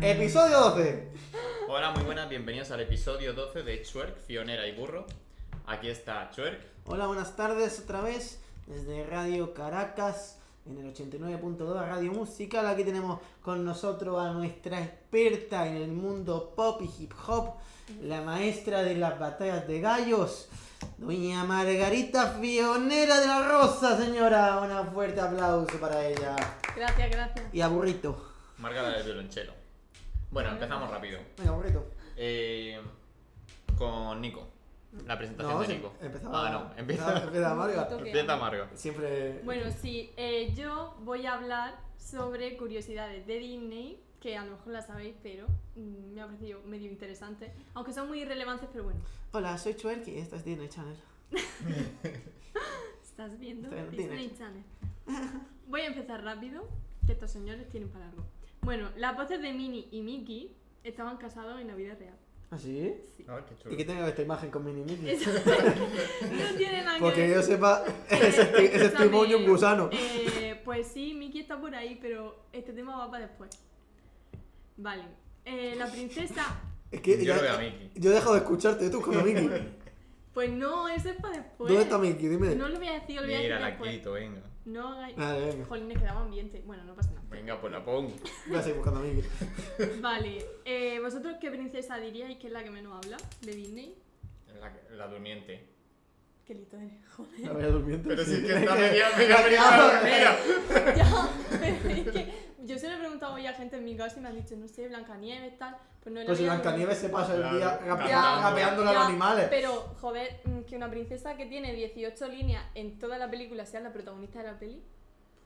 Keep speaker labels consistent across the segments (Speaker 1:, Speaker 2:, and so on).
Speaker 1: Episodio 12.
Speaker 2: Hola, muy buenas, bienvenidos al episodio 12 de Chuerk, Fionera y Burro. Aquí está Chuerk.
Speaker 1: Hola, buenas tardes otra vez desde Radio Caracas en el 89.2 Radio Musical. Aquí tenemos con nosotros a nuestra experta en el mundo pop y hip hop, la maestra de las batallas de gallos, doña Margarita Fionera de la Rosa, señora. Un fuerte aplauso para ella.
Speaker 3: Gracias, gracias.
Speaker 1: Y a Burrito.
Speaker 2: Marca del violonchelo. Bueno, empezamos rápido.
Speaker 1: Venga, Burrito.
Speaker 2: Eh, con Nico. La presentación
Speaker 1: No,
Speaker 2: de
Speaker 1: se-
Speaker 2: Nico.
Speaker 1: empezaba-
Speaker 2: Ah, no, empieza,
Speaker 1: Empezaba Mario.
Speaker 3: Toque.
Speaker 2: empieza Margo.
Speaker 1: Siempre.
Speaker 3: Bueno, sí, eh, yo voy a hablar sobre curiosidades de Disney, que a lo mejor las sabéis, pero mm, me ha parecido medio interesante. Aunque son muy irrelevantes, pero bueno,
Speaker 1: Hola, soy Chuerky y esta es Disney Channel.
Speaker 3: estás viendo
Speaker 1: Está en
Speaker 3: Disney
Speaker 1: Disney.
Speaker 3: Channel. Voy a empezar rápido, que estos señores tienen para largo. Bueno, las voces de Minnie y Mickey estaban casados en la vida real.
Speaker 1: ¿Ah, sí?
Speaker 3: Sí.
Speaker 2: Ay, qué chulo.
Speaker 1: ¿Y qué tengo esta imagen con Mini Mickey?
Speaker 3: Eso- no tiene nada que
Speaker 1: Porque
Speaker 3: ver.
Speaker 1: yo sepa, ese es, ti- ese es
Speaker 3: Escúchame,
Speaker 1: Timón y un gusano.
Speaker 3: eh, pues sí, Mickey está por ahí, pero este tema va para después. Vale. Eh, la princesa.
Speaker 1: Es que
Speaker 2: Yo
Speaker 1: ya-
Speaker 2: lo veo a Mickey.
Speaker 1: yo dejo de escucharte, tú con Mickey.
Speaker 3: Pues no, ese es para después.
Speaker 1: ¿Dónde está Mickey? Dime. Ah,
Speaker 3: No lo voy a decir, lo voy a decir
Speaker 2: Mira, la
Speaker 3: después.
Speaker 2: quito, venga.
Speaker 3: No hagáis.
Speaker 1: Vale, venga.
Speaker 3: Jolines, quedaba ambiente. Bueno, no pasa nada.
Speaker 2: Venga, pues la pongo.
Speaker 1: Voy a seguir buscando a Mickey.
Speaker 3: Vale. eh, ¿Vosotros qué princesa diríais que es la que menos habla de Disney?
Speaker 2: La, la durmiente.
Speaker 3: Qué listo eres, joder.
Speaker 1: La bella durmiente.
Speaker 2: Pero si es que
Speaker 1: Es
Speaker 2: está
Speaker 1: que-
Speaker 2: media,
Speaker 1: es
Speaker 2: media,
Speaker 1: que-
Speaker 2: media,
Speaker 1: ah,
Speaker 2: media.
Speaker 3: Ya, pero es que yo se lo he preguntado hoy a gente en mi casa y me han dicho, no sé, Blancanieves, tal. Pues no es la
Speaker 1: Pues si
Speaker 3: vida
Speaker 1: Blancanieves se pasa el día
Speaker 2: Claro.
Speaker 1: rapea-
Speaker 3: Ya,
Speaker 1: rapeándole a los
Speaker 3: ya,
Speaker 1: animales.
Speaker 3: Pero, joder, mm, que una princesa que tiene 18 líneas en toda la película sea la protagonista de la peli.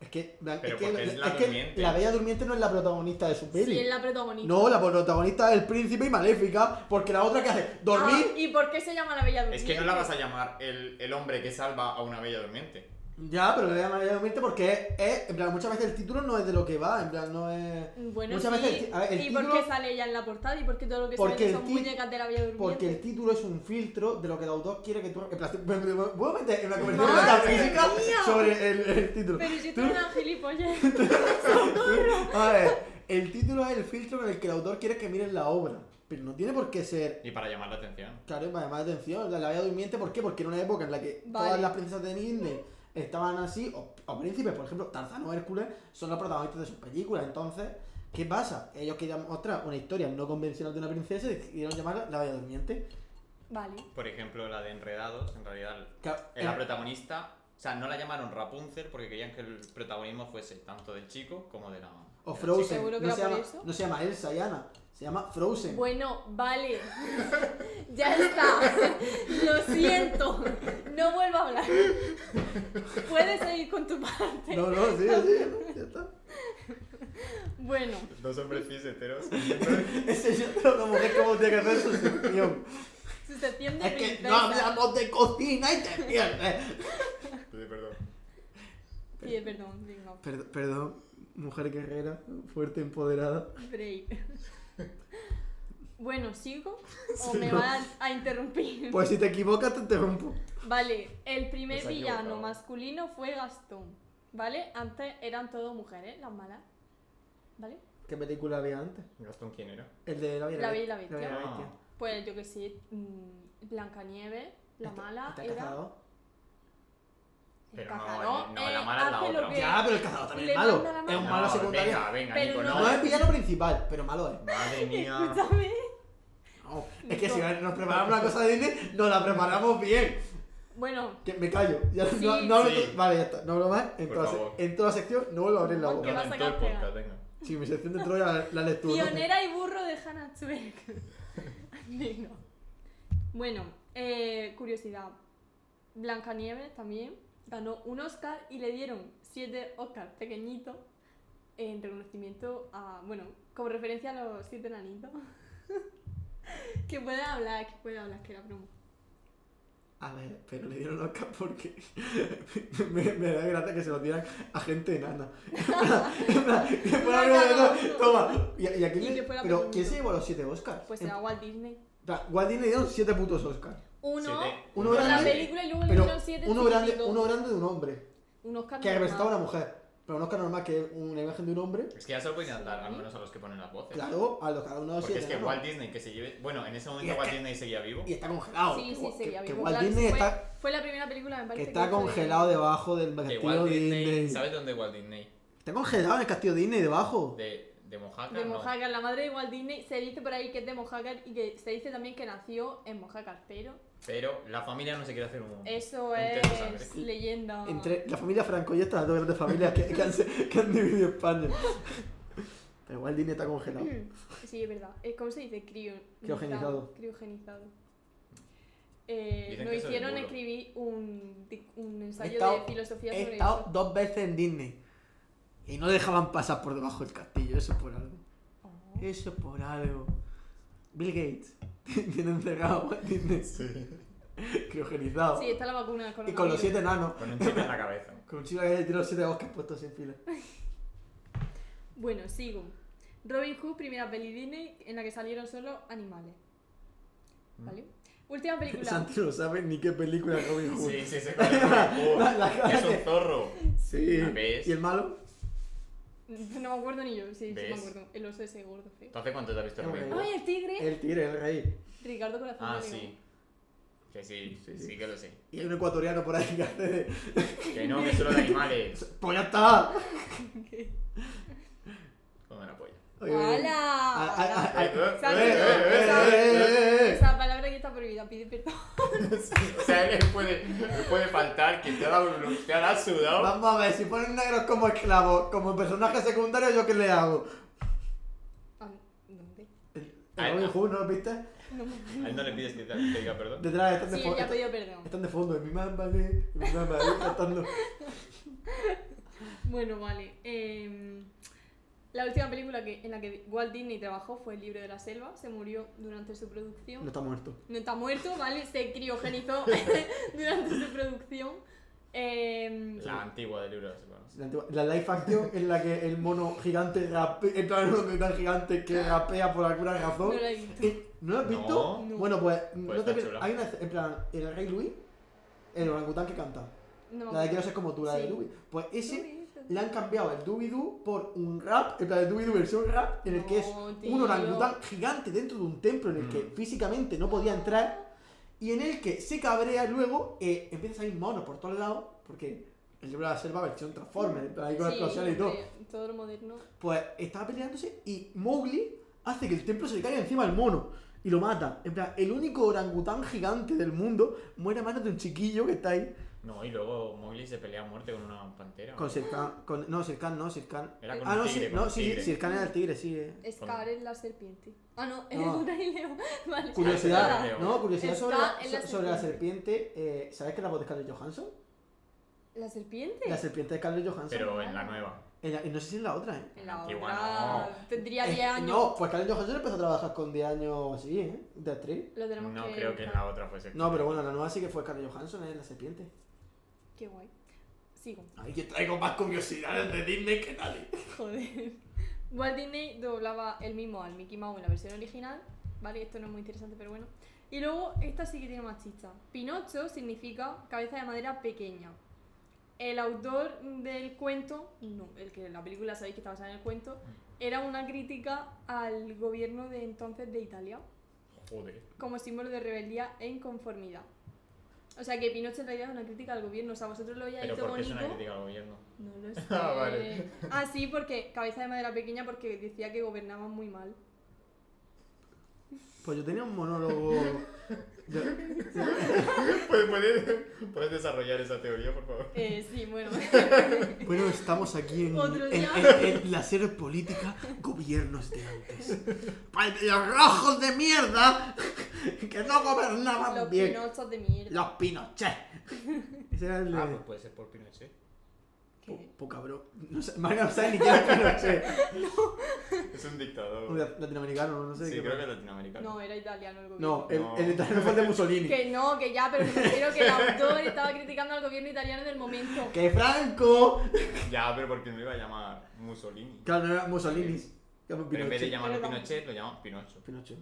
Speaker 1: Es que, Blan-
Speaker 2: Pero
Speaker 1: es que-
Speaker 2: porque es la
Speaker 1: es que
Speaker 2: durmiente.
Speaker 1: la bella durmiente no es la protagonista de su
Speaker 3: Si es
Speaker 1: peli.
Speaker 3: la protagonista.
Speaker 1: No, la protagonista es el príncipe y maléfica, porque la otra que hace
Speaker 3: Ah,
Speaker 1: dormir.
Speaker 3: ¿Y por qué se llama la bella
Speaker 2: Es
Speaker 3: durmiente?
Speaker 2: que no la vas a llamar el, el hombre que salva a una bella durmiente.
Speaker 1: Ya, pero le llaman bella durmiente porque es, es- en plan, muchas veces el título no es de lo que va, en plan, no es.
Speaker 3: Mm, Bueno,
Speaker 1: Muchas
Speaker 3: sí.
Speaker 1: veces, a ver, el
Speaker 3: ¿Y
Speaker 1: título-
Speaker 3: por qué sale ella en la portada? ¿Y por qué todo lo que
Speaker 1: Porque
Speaker 3: sale
Speaker 1: el
Speaker 3: son
Speaker 1: ti-
Speaker 3: muñecas de la bella durmiente?
Speaker 1: Porque el título es un filtro de lo que el autor quiere que tú. En plan, me- me- me- voy a meter en una conversación
Speaker 3: Madre
Speaker 1: metafísica
Speaker 3: mía.
Speaker 1: sobre el, el título.
Speaker 3: Pero si
Speaker 1: Tú-
Speaker 3: tú eres una gilipollas.
Speaker 1: a ver, el título es el filtro con el que el autor quiere que miren la obra. Pero no tiene por qué ser.
Speaker 2: Y para llamar la atención.
Speaker 1: Claro, para llamar la atención. La, la Bella Durmiente, ¿por qué? Porque era una época en la que
Speaker 3: Vale.
Speaker 1: todas las princesas de Disney estaban así, o, o príncipes, por ejemplo, Tarzán o Hércules, son los protagonistas de sus películas. Entonces, ¿qué pasa? Ellos querían mostrar una historia no convencional de una princesa y decidieron llamarla La Bella Durmiente.
Speaker 3: vale.
Speaker 2: Por ejemplo, la de Enredados, en realidad
Speaker 1: Claro,
Speaker 2: Eh, La
Speaker 1: eh,
Speaker 2: protagonista, o sea, no la llamaron Rapunzel porque querían que el protagonismo fuese tanto del chico como de la
Speaker 1: O
Speaker 2: de la chica.
Speaker 1: Frozen.
Speaker 3: ¿Seguro que
Speaker 1: No
Speaker 3: era
Speaker 1: se,
Speaker 3: por
Speaker 1: llama,
Speaker 3: eso?
Speaker 1: no se llama Elsa y Anna, se llama Frozen.
Speaker 3: Bueno, vale. ya está. lo siento. No vuelvo a hablar. Puedes seguir con tu parte.
Speaker 1: No, no, sí, sí, ya está.
Speaker 3: Bueno.
Speaker 2: Dos hombres cis heteros.
Speaker 1: Ese es otro, la mujer como tiene que hacer su sección.
Speaker 3: Su sección de
Speaker 1: Es que no
Speaker 3: princesa.
Speaker 1: hablamos de cocina y te pierdes.
Speaker 2: Perdón.
Speaker 3: Sí, perdón, venga.
Speaker 1: Perdón, perdón, mujer guerrera, fuerte, empoderada.
Speaker 3: Brave. Bueno, ¿sigo? ¿O me vas a interrumpir?
Speaker 1: Pues si te equivocas te interrumpo.
Speaker 3: Vale, el primer
Speaker 2: Nos ha
Speaker 3: villano
Speaker 2: equivocado.
Speaker 3: masculino fue Gastón. ¿Vale? Antes eran todos mujeres, las malas. ¿Vale?
Speaker 1: ¿Qué película había antes?
Speaker 2: ¿Gastón quién era?
Speaker 1: El de La Bella
Speaker 3: La Bella
Speaker 1: Be-
Speaker 3: y la Bestia.
Speaker 1: Bella y la
Speaker 2: Ah.
Speaker 1: Bestia.
Speaker 3: Pues yo que sé, mm, Blancanieves, la
Speaker 1: Está-
Speaker 3: mala,
Speaker 1: está
Speaker 3: era.
Speaker 1: Este, cazador.
Speaker 2: Pero
Speaker 3: el
Speaker 2: no,
Speaker 3: cazador,
Speaker 2: no,
Speaker 3: eh,
Speaker 2: la mala es la
Speaker 3: hace lo
Speaker 2: otra.
Speaker 3: que-
Speaker 1: Ya, pero el cazador también
Speaker 3: Le
Speaker 1: es malo.
Speaker 3: manda la
Speaker 1: Es un
Speaker 3: mano.
Speaker 1: malo
Speaker 2: No,
Speaker 1: secundario.
Speaker 2: Venga, venga,
Speaker 3: Pero
Speaker 2: Nico,
Speaker 3: no-
Speaker 2: no.
Speaker 1: No es villano principal, pero malo es.
Speaker 2: Madre mía.
Speaker 3: Escúchame.
Speaker 1: No, es que si nos preparamos una cosa de Disney, nos la preparamos bien.
Speaker 3: Bueno,
Speaker 1: Que me callo. Ya no-
Speaker 3: Sí.
Speaker 1: no, hablo
Speaker 2: Sí.
Speaker 1: to- Vale, ya está. No hablo más. En
Speaker 2: Por
Speaker 1: toda,
Speaker 2: favor.
Speaker 1: en toda sección no vuelvo a abrir la
Speaker 3: No,
Speaker 2: No,
Speaker 3: ¿Qué
Speaker 1: boca.
Speaker 3: vas
Speaker 2: en
Speaker 3: a
Speaker 2: todo el
Speaker 3: sacar
Speaker 2: podcast, venga.
Speaker 1: Sí, mi sección de Troya la, la lees tú. ¿no?
Speaker 3: Pionera y burro de Hannah Zweig. Digno. Bueno, eh, curiosidad. Blancanieves también ganó un Oscar y le dieron siete Oscars pequeñitos en reconocimiento a. Bueno, como referencia a los siete enanitos. que puede hablar, que puede hablar, que era broma.
Speaker 1: A ver, pero le dieron loca porque me, me- me da gracia que se lo dieran a gente enana. En plan, que fuera
Speaker 3: No,
Speaker 1: algo
Speaker 3: no,
Speaker 1: de-
Speaker 3: no.
Speaker 1: Toma. ¿Y, y aquí
Speaker 3: Y
Speaker 1: le-
Speaker 3: que fuera
Speaker 1: pero
Speaker 3: pequeñito.
Speaker 1: ¿quién se llevó los siete Oscars?
Speaker 3: Pues
Speaker 1: En-
Speaker 3: era Walt Disney.
Speaker 1: o sea, Walt Disney dieron siete putos Oscars.
Speaker 3: Uno
Speaker 2: Siete.
Speaker 1: Uno
Speaker 3: por la
Speaker 1: grande,
Speaker 3: película y luego le
Speaker 1: Pero
Speaker 3: dieron siete
Speaker 1: uno grande,
Speaker 3: chiquititos.
Speaker 1: uno grande de un hombre
Speaker 3: Un Oscar
Speaker 1: que
Speaker 3: normal.
Speaker 1: representaba a una mujer. Pero un Oscar normal que es una imagen de un hombre.
Speaker 4: Es que ya se lo podían dar, al menos a los que ponen las voces.
Speaker 1: Claro, a los cada uno de los
Speaker 4: Porque es
Speaker 1: siete
Speaker 4: que
Speaker 1: enanos.
Speaker 4: Walt Disney que se lleve. Bueno, en ese
Speaker 1: Y
Speaker 4: momento
Speaker 1: es
Speaker 4: Walt
Speaker 1: que-
Speaker 4: Disney seguía vivo.
Speaker 1: Y está congelado.
Speaker 3: sí, sí,
Speaker 1: que,
Speaker 3: seguía
Speaker 1: que
Speaker 3: vivo.
Speaker 1: Walt
Speaker 3: Claro,
Speaker 1: Disney
Speaker 3: fue,
Speaker 1: está,
Speaker 3: fue la primera película, me
Speaker 1: que
Speaker 3: parece.
Speaker 1: está
Speaker 3: fue de-
Speaker 1: congelado debajo del
Speaker 4: Que
Speaker 1: castillo
Speaker 4: Walt
Speaker 1: Disney.
Speaker 4: Disney. ¿Sabes dónde Walt Disney?
Speaker 1: Está congelado en el castillo Disney debajo.
Speaker 4: De, de Mojácar.
Speaker 3: De
Speaker 4: no.
Speaker 3: Mojácar, la madre de Walt Disney. Se dice por ahí que es de Mojácar y que se dice también que nació en Mojácar, pero
Speaker 4: Pero la familia no se quiere hacer un.
Speaker 3: eso
Speaker 4: Un queso sangre.
Speaker 3: es leyenda.
Speaker 1: Entre la familia francoyesta, las dos grandes familias que, que han, se- que han dividido España. Pero Walt Disney está congelado.
Speaker 3: Mm, Sí, es verdad. Eh, ¿Cómo se dice? Crio-
Speaker 1: Criogenizado.
Speaker 3: Criogenizado. Eh,
Speaker 4: Dicen
Speaker 3: nos
Speaker 4: que eso es
Speaker 3: hicieron
Speaker 4: duro.
Speaker 3: escribir un, dic- un ensayo
Speaker 1: estado-
Speaker 3: de filosofía
Speaker 1: He
Speaker 3: sobre
Speaker 1: estado
Speaker 3: eso.
Speaker 1: dos veces en Disney. Y no dejaban pasar por debajo del castillo, eso por algo.
Speaker 3: Oh.
Speaker 1: Eso por algo. Bill Gates. Tiene encerrado a Walt Disney. Criogenizado.
Speaker 3: Sí, está la vacuna.
Speaker 1: y con los siete enanos.
Speaker 4: Con un chip en la cabeza.
Speaker 1: Con un chico que tiene los siete bosques puestos en fila.
Speaker 3: Bueno, sigo. Robin Hood, primera peli Disney en la que salieron solo animales.
Speaker 4: Mm.
Speaker 3: ¿Vale? Última película.
Speaker 1: Santi no sabe ni qué película es Robin Hood.
Speaker 4: Sí, sí, se conoce. Uh,
Speaker 1: La- la cara
Speaker 4: Es un
Speaker 1: que-
Speaker 4: zorro.
Speaker 1: Sí.
Speaker 4: ¿La ves?
Speaker 1: ¿Y el malo?
Speaker 3: No me acuerdo ni yo. Sí, sí me
Speaker 4: ¿Ves?
Speaker 3: acuerdo. El oso ese gordo feo.
Speaker 4: ¿Tú hace cuánto te has visto
Speaker 1: Es
Speaker 4: Robin
Speaker 1: verdad.
Speaker 4: Hood?
Speaker 3: ¡Ay, el tigre!
Speaker 1: El tigre, el rey.
Speaker 3: Ricardo Corazón.
Speaker 4: Ah,
Speaker 3: de León.
Speaker 4: sí. Que sí,
Speaker 1: Sí,
Speaker 4: sí,
Speaker 1: sí.
Speaker 4: que lo sé.
Speaker 1: Y hay un ecuatoriano por ahí que hace de-
Speaker 4: Que no, que solo de animales.
Speaker 1: ¡Pues ya está!
Speaker 4: Como una polla.
Speaker 1: Oye, oye, oye. Ah, ah, ah,
Speaker 3: ¡Hala!
Speaker 1: ah,
Speaker 4: Eh, eh,
Speaker 3: Santi,
Speaker 4: eh, eh, eh.
Speaker 3: Santi.
Speaker 1: eh, eh, eh.
Speaker 3: Esa palabra que está prohibida, pide perdón.
Speaker 4: O sea, él puede, le puede faltar que te ha dado un- te ha sudado.
Speaker 1: Vamos a ver, si ponen negros como esclavos, como personaje secundario, ¿yo qué le hago?
Speaker 3: Ah, ¿Dónde?
Speaker 4: Ah,
Speaker 1: El Robin Hood, ¿no lo viste?
Speaker 3: No me
Speaker 4: A él no le pides que te, te diga perdón.
Speaker 1: Detrás están de
Speaker 3: Sí,
Speaker 1: fondo.
Speaker 3: ya ha pedido perdón.
Speaker 1: Están de fondo, y mi mamá le, y mi mamá le, cantando.
Speaker 3: Bueno, vale. eh, la última película que, en la que Walt Disney trabajó fue El libro de la selva. Se murió durante su producción.
Speaker 1: No está muerto.
Speaker 3: no está muerto, ¿vale? Se criogenizó durante su producción. Em,
Speaker 4: La antigua del libro de los hermanos.
Speaker 1: La, antigua- la live action en la que el mono gigante rapea, en plan un tan gigante que rapea por alguna
Speaker 3: no
Speaker 1: razón.
Speaker 3: la he visto.
Speaker 1: Eh, ¿No lo has visto?
Speaker 4: No.
Speaker 3: No.
Speaker 1: Bueno, pues, no
Speaker 4: está
Speaker 1: te
Speaker 4: chula.
Speaker 1: Hay una en plan, el rey Luis, el orangután que canta. La
Speaker 3: No me
Speaker 1: de
Speaker 3: acuerdo.
Speaker 1: quiero ser como tú, la de
Speaker 3: Sí.
Speaker 1: Louis. Pues
Speaker 3: No
Speaker 1: ese
Speaker 3: me hizo.
Speaker 1: le han cambiado el Doobie-Doo por un rap, en plan el Doobie-Doo versión rap, en el que es
Speaker 3: No,
Speaker 1: un
Speaker 3: tío.
Speaker 1: orangután gigante dentro de un templo en el que
Speaker 4: Mm.
Speaker 1: físicamente no podía entrar y en el que se cabrea y luego eh, empieza a salir monos por todos lados porque el libro de la selva versión Transformer, en plan, ahí con
Speaker 3: Sí,
Speaker 1: explosiones y todo.
Speaker 3: hombre, Todo lo moderno.
Speaker 1: Pues estaba peleándose y Mowgli hace que el templo se le caiga encima al mono y lo mata. En plan, el único orangután gigante del mundo muere a manos de un chiquillo que está ahí
Speaker 4: No, y luego Mowgli se pelea a muerte con una pantera.
Speaker 1: con Sirkan. Con, no, Sirkan no, Sirkan.
Speaker 4: Era con
Speaker 1: Ah,
Speaker 4: un
Speaker 1: no,
Speaker 4: tigre,
Speaker 1: sí,
Speaker 4: con
Speaker 1: no,
Speaker 4: un
Speaker 1: sí,
Speaker 4: tigre.
Speaker 1: sí, Sirkan era el tigre, sí. eh.
Speaker 3: Scar es la serpiente. Ah, no, es
Speaker 1: No.
Speaker 3: el rey león. Vale.
Speaker 4: Ah,
Speaker 1: Curiosidad,
Speaker 4: creo.
Speaker 1: ¿no? Curiosidad sobre
Speaker 3: Está
Speaker 1: la,
Speaker 3: en la
Speaker 1: so- sobre la serpiente. eh, ¿Sabes que la voz de Carlos Johansson?
Speaker 3: ¿La serpiente?
Speaker 1: La serpiente de Carlos Johansson.
Speaker 4: Pero en la nueva.
Speaker 1: En la- y no sé si es la otra, ¿eh?
Speaker 3: En la
Speaker 4: Antigua,
Speaker 3: otra. Tendría
Speaker 1: Eh,
Speaker 3: 10 años.
Speaker 1: No, pues Carlos Johansson empezó a trabajar con 10 años así, ¿eh? De actriz.
Speaker 3: Lo tenemos
Speaker 4: No
Speaker 3: que.
Speaker 4: creo que en la otra fuese.
Speaker 1: No, pero bueno, la nueva sí que fue Carlos Johansson, ¿eh? La serpiente.
Speaker 3: Qué guay. Sigo.
Speaker 1: Ay, yo traigo más curiosidades de Disney que nadie.
Speaker 3: Joder. Walt Disney doblaba el mismo al Mickey Mouse en la versión original. Vale, esto no es muy interesante, pero bueno. Y luego, esta sí que tiene más chicha. Pinocho significa cabeza de madera pequeña. El autor del cuento, no, el que en la película sabéis que está basada en el
Speaker 4: Mm.
Speaker 3: cuento, era una crítica al gobierno de entonces de Italia
Speaker 4: Joder.
Speaker 3: como símbolo de rebeldía e inconformidad. O sea que Pinocho en realidad es una crítica al gobierno. O sea, vosotros lo habéis
Speaker 4: Pero
Speaker 3: visto
Speaker 4: porque es
Speaker 3: bonito.
Speaker 4: una crítica al gobierno.
Speaker 3: No lo sé.
Speaker 4: Ah, vale.
Speaker 3: Ah, sí, porque cabeza de madera pequeña porque decía que gobernaban muy mal.
Speaker 1: Pues yo tenía un monólogo. de-
Speaker 4: ¿Puedes, puedes, puedes desarrollar esa teoría, por favor?
Speaker 3: Eh, sí, bueno.
Speaker 1: Bueno, estamos aquí en,
Speaker 3: Otro
Speaker 1: en-
Speaker 3: día.
Speaker 1: en- en la serie política Gobiernos de antes. Pa- Los rojos de mierda que no gobernaban
Speaker 3: Los
Speaker 1: bien.
Speaker 3: pinochos de mierda.
Speaker 1: Los Pinochet. Ese era el de.
Speaker 4: Ah, pues puede ser por Pinochet.
Speaker 3: ¿Qué?
Speaker 1: Pues cabrón. No sé, Mario no sabe ni quién es Pinochet.
Speaker 4: Es un
Speaker 1: Un
Speaker 4: dictador.
Speaker 1: lat- latinoamericano, no sé.
Speaker 4: Sí,
Speaker 1: qué
Speaker 4: creo que
Speaker 1: pasa.
Speaker 4: es latinoamericano.
Speaker 3: No, eh. era italiano el gobierno.
Speaker 1: No, eh, el,
Speaker 4: No.
Speaker 1: el italiano fue el de Mussolini.
Speaker 3: Que no, que ya, pero me refiero que el autor estaba criticando al gobierno italiano del momento.
Speaker 1: Que Franco.
Speaker 4: Ya, pero porque me iba a llamar Mussolini.
Speaker 1: Claro, no era Mussolini.
Speaker 4: Pero en vez de llamarlo
Speaker 3: Perdón.
Speaker 4: Pinochet, lo llaman Pinocho.
Speaker 1: Pinochet.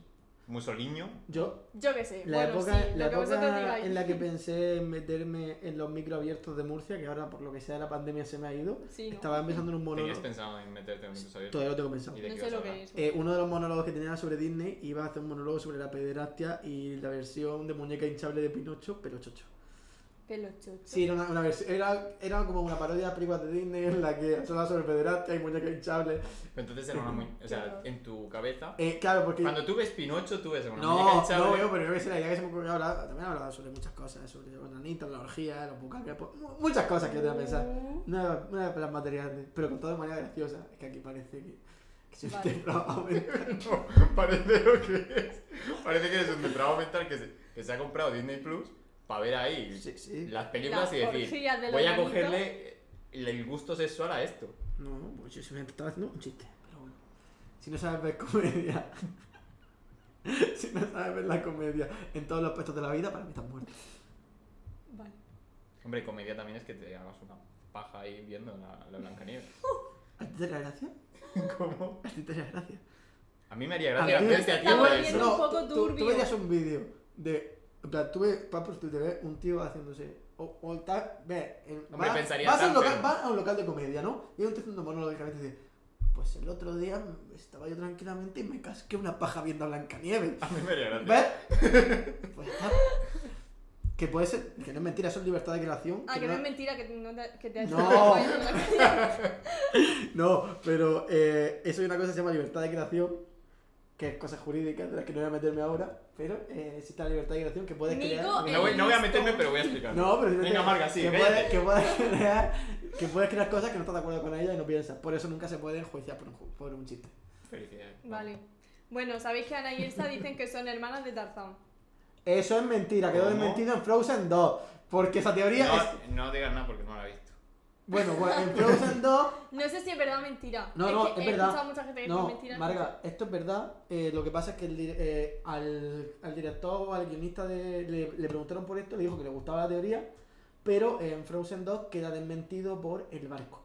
Speaker 2: Musoliño.
Speaker 1: Yo,
Speaker 3: Yo qué sé.
Speaker 1: la
Speaker 3: bueno,
Speaker 1: época,
Speaker 3: sí,
Speaker 1: la
Speaker 3: lo que vosotros
Speaker 1: época
Speaker 3: digáis.
Speaker 1: en la que pensé en meterme en los microabiertos de Murcia, que ahora por lo que sea la pandemia se me ha ido,
Speaker 3: Sí, no.
Speaker 1: estaba empezando en un
Speaker 2: ¿Tenías
Speaker 1: monólogo.
Speaker 2: pensado en meterte en muchos abiertos?
Speaker 1: Todavía lo tengo pensado.
Speaker 2: ¿Y de
Speaker 3: No
Speaker 2: qué
Speaker 3: sé
Speaker 2: vas a
Speaker 3: lo que
Speaker 2: hablar?
Speaker 3: es.
Speaker 1: Eh, uno de los monólogos que tenía sobre Disney iba a hacer un monólogo sobre la pederastia y la versión de muñeca hinchable de Pinocho, pero chocho.
Speaker 3: Pelocho.
Speaker 1: Sí, era una, una versión, era, era como una parodia de películas de Disney en la que hablaba sobre pederastia y muñeca hinchable.
Speaker 2: Pero entonces era una mu... O sea,
Speaker 3: Claro.
Speaker 2: en tu cabeza...
Speaker 1: Eh, claro, porque...
Speaker 2: Cuando tú ves Pinocho, tú ves a una muñeca
Speaker 1: No,
Speaker 2: hinchable.
Speaker 1: no veo, pero yo que sé, la idea que se me ocurrió hablar, también hablaba sobre muchas cosas, sobre los nanitos, la orgía, los bucacas, pues, mu- muchas cosas que yo tenía pensado. Una, una de las materiales, pero con todo de manera graciosa, es que aquí parece que, que soy un
Speaker 3: Vale.
Speaker 1: templado, hombre.
Speaker 2: No, parece lo que es. Parece que eres un depravado mental que se, que se ha comprado Disney Plus para ver ahí
Speaker 1: Sí, sí.
Speaker 2: las películas y
Speaker 3: Las
Speaker 2: decir,
Speaker 3: orgías de los
Speaker 2: voy a
Speaker 3: nanitos".
Speaker 2: cogerle el- el gusto sexual a esto.
Speaker 1: No, pues yo se me estaba haciendo un chiste, pero bueno. Si no sabes ver comedia, si no sabes ver la comedia en todos los aspectos de la vida, para mí estás muerto.
Speaker 3: Vale.
Speaker 2: Hombre, comedia también es que te hagas una paja ahí viendo la, la Blancanieves.
Speaker 1: ¿A ti te haría gracia?
Speaker 2: ¿Cómo?
Speaker 1: ¿A ti te haría gracia?
Speaker 2: A mí me haría
Speaker 1: A
Speaker 2: gracia
Speaker 1: mí-
Speaker 2: verte a ti
Speaker 3: Está
Speaker 2: hacer
Speaker 3: volviendo
Speaker 2: eso.
Speaker 3: un poco
Speaker 1: tú- tú- Tú
Speaker 3: turbio.
Speaker 1: veías un vídeo de. En plan, tú ves por tu TV un tío haciéndose. O, o tal. Ve. en-
Speaker 2: Hombre,
Speaker 1: va-
Speaker 2: pensaría
Speaker 1: vas, a un
Speaker 2: tan,
Speaker 1: local,
Speaker 2: pero-
Speaker 1: vas a un local de comedia, ¿no? Y hay un tío haciendo monólogo y de repente dice. Pues el otro día estaba yo tranquilamente y me casqué una paja viendo a Blancanieves.
Speaker 2: A mí me haría gracia.
Speaker 1: ¿Ves? Pues está. Que puede ser. Que no es mentira, eso es libertad de creación.
Speaker 3: Ah, que no es mentira que, no te, que te has
Speaker 1: No.
Speaker 3: hecho
Speaker 1: No, pero eh, eso es una cosa que se llama libertad de creación, que es cosa jurídica, de las que no voy a meterme ahora, pero eh, existe la libertad de creación que puedes
Speaker 3: Nico,
Speaker 1: crear...
Speaker 4: eh,
Speaker 2: No voy, no voy a meterme, pero voy a explicar.
Speaker 1: No, pero si no te-
Speaker 2: Venga, Marga, sí,
Speaker 1: que, puedes,
Speaker 2: cállate.
Speaker 1: que, puedes crear, que puedes crear cosas que no estás de acuerdo con ellas y no piensas. Por eso nunca se puede enjuiciar por un, ju- por un chiste.
Speaker 2: Felicidades.
Speaker 3: Vale. Bueno, sabéis que Ana y Elsa dicen que son hermanas de Tarzán.
Speaker 1: Eso es mentira, quedó
Speaker 2: ¿Cómo?
Speaker 1: desmentido en Frozen 2, porque esa teoría es...
Speaker 2: No, no digas nada porque no la he visto.
Speaker 1: Bueno, pues en Frozen 2
Speaker 3: No sé si es verdad o mentira.
Speaker 1: No, no,
Speaker 3: que
Speaker 1: es
Speaker 3: he
Speaker 1: verdad.
Speaker 3: escuchado a mucha gente que
Speaker 1: No,
Speaker 3: es Eh, mentira.
Speaker 1: Marga, esto es verdad. Eh, lo que pasa es que el di- eh, al, al director o al guionista de- le, le preguntaron por esto, le dijo que le gustaba la teoría, pero en Frozen 2 queda desmentido por el barco.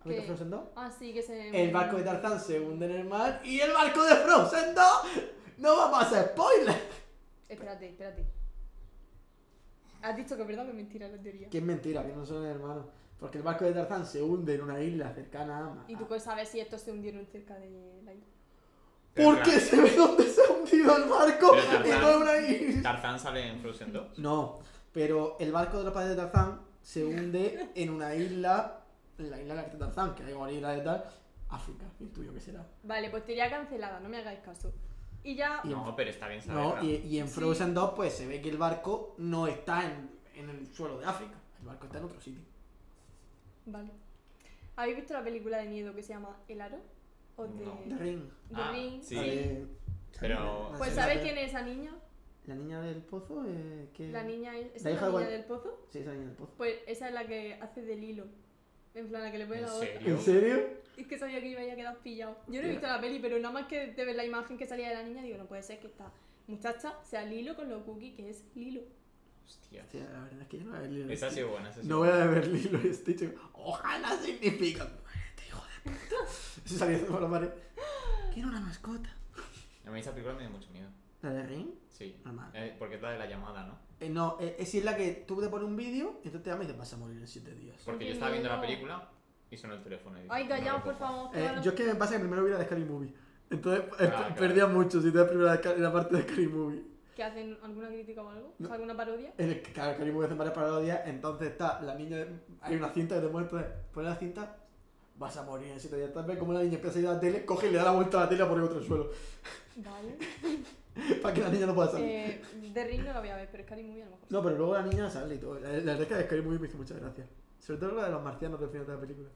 Speaker 1: ¿Has visto
Speaker 3: ¿Qué?
Speaker 1: Frozen 2?
Speaker 3: Ah, sí, que se...
Speaker 1: El barco de Tarzán se hunde en el mar y el barco de Frozen 2 no vamos a hacer spoiler.
Speaker 3: Espérate, espérate. Has dicho que es verdad o que es mentira la teoría.
Speaker 1: Que es mentira, que no son hermanos. Porque el barco de Tarzán se hunde en una isla cercana a Ama.
Speaker 3: ¿Y tú qué sabes si estos se hundieron cerca de la isla?
Speaker 1: Porque se ve dónde se ha hundido el barco
Speaker 2: Pero
Speaker 1: y
Speaker 2: Tarzán-
Speaker 1: no en una isla.
Speaker 2: Tarzán sale en Frozen 2.
Speaker 1: No, pero el barco de los padres de Tarzán se hunde en una isla, en la isla en la que está Tarzán, que hay una isla de tal, África, el tuyo que será.
Speaker 3: Vale, pues teoría cancelada, no me hagáis caso. Y ya...
Speaker 1: Y-
Speaker 2: No, pero está bien
Speaker 1: No,
Speaker 2: saberla.
Speaker 1: y, y en
Speaker 3: Sí.
Speaker 1: Frozen 2 pues se ve que el barco no está en, en el suelo de África, el barco está en otro sitio.
Speaker 3: Vale. ¿Habéis visto la película de miedo que se llama El Aro? ¿O de...
Speaker 2: No.
Speaker 1: The Ring.
Speaker 3: The
Speaker 2: Ah,
Speaker 3: Ring?
Speaker 2: sí.
Speaker 1: La de-
Speaker 2: Pero-
Speaker 1: la
Speaker 3: Pues
Speaker 1: de-
Speaker 3: ¿sabéis quién es esa niña?
Speaker 1: La niña del pozo, eh, que...
Speaker 3: La niña es... ¿es
Speaker 1: La
Speaker 3: la
Speaker 1: hija de
Speaker 3: niña
Speaker 1: Wal-
Speaker 3: del pozo?
Speaker 1: Sí, es la niña del pozo.
Speaker 3: Pues esa es la que hace del hilo. En plan, la que le pone
Speaker 2: ¿En
Speaker 3: la otra.
Speaker 2: serio?
Speaker 1: ¿En serio?
Speaker 3: Es que sabía que iba a quedar pillado. Yo no he
Speaker 1: Ya.
Speaker 3: visto la peli, pero nada más que de ver la imagen que salía de la niña, digo, no puede ser que esta muchacha sea Lilo con lo cookie que es Lilo.
Speaker 2: Hostia.
Speaker 1: Hostia, la verdad es que yo no voy a ver Lilo y
Speaker 2: Esa ha
Speaker 1: Stitch.
Speaker 2: sido buena, esa ha sido
Speaker 1: No voy
Speaker 2: buena.
Speaker 1: a ver Lilo y Stitch. Ojalá significa. Muérete, hijo de puta. Eso salía por la pared. Quiero una mascota.
Speaker 2: A mí esa película me dio mucho miedo.
Speaker 1: ¿La de Ring?
Speaker 2: Sí.
Speaker 1: Normal.
Speaker 2: Eh, porque es la de la llamada, ¿no?
Speaker 1: Eh, no, eh, es si es la que tú te pones un vídeo y entonces te llamas y dices vas a morir en 7 días.
Speaker 2: Porque yo
Speaker 3: Qué
Speaker 2: estaba viendo la
Speaker 3: miedo.
Speaker 2: película y sonó el teléfono. y dije,
Speaker 3: Ay,
Speaker 2: no lo
Speaker 3: callaos, por
Speaker 2: cojo.
Speaker 3: favor. que
Speaker 1: Eh,
Speaker 3: van a-
Speaker 1: yo es que me pasa que primero vi la de Scary Movie. Entonces eh,
Speaker 2: Ah, claro.
Speaker 1: perdía mucho si te das primero la, de- la parte de Scary Movie.
Speaker 3: ¿Que hacen alguna crítica o algo?
Speaker 1: No.
Speaker 3: ¿Alguna parodia?
Speaker 1: En el, claro, Scary Movie hacen varias parodias, entonces está la niña, de- hay una cinta que te muestra, entonces pones la cinta, vas a morir en 7 días. Tal vez como la niña empieza a ir a la tele, coge y le da la vuelta a la tele a poner otro en el suelo,
Speaker 3: Vale.
Speaker 1: para que la niña no pueda salir.
Speaker 3: Eh, The Ring no la voy a ver, pero Scary Movie a lo mejor. Eh,
Speaker 1: No, pero luego la niña sale y todo. La, la verdad es que la de Scary Movie me hizo muchas gracias. Sobre todo la de los marcianos del final de la película.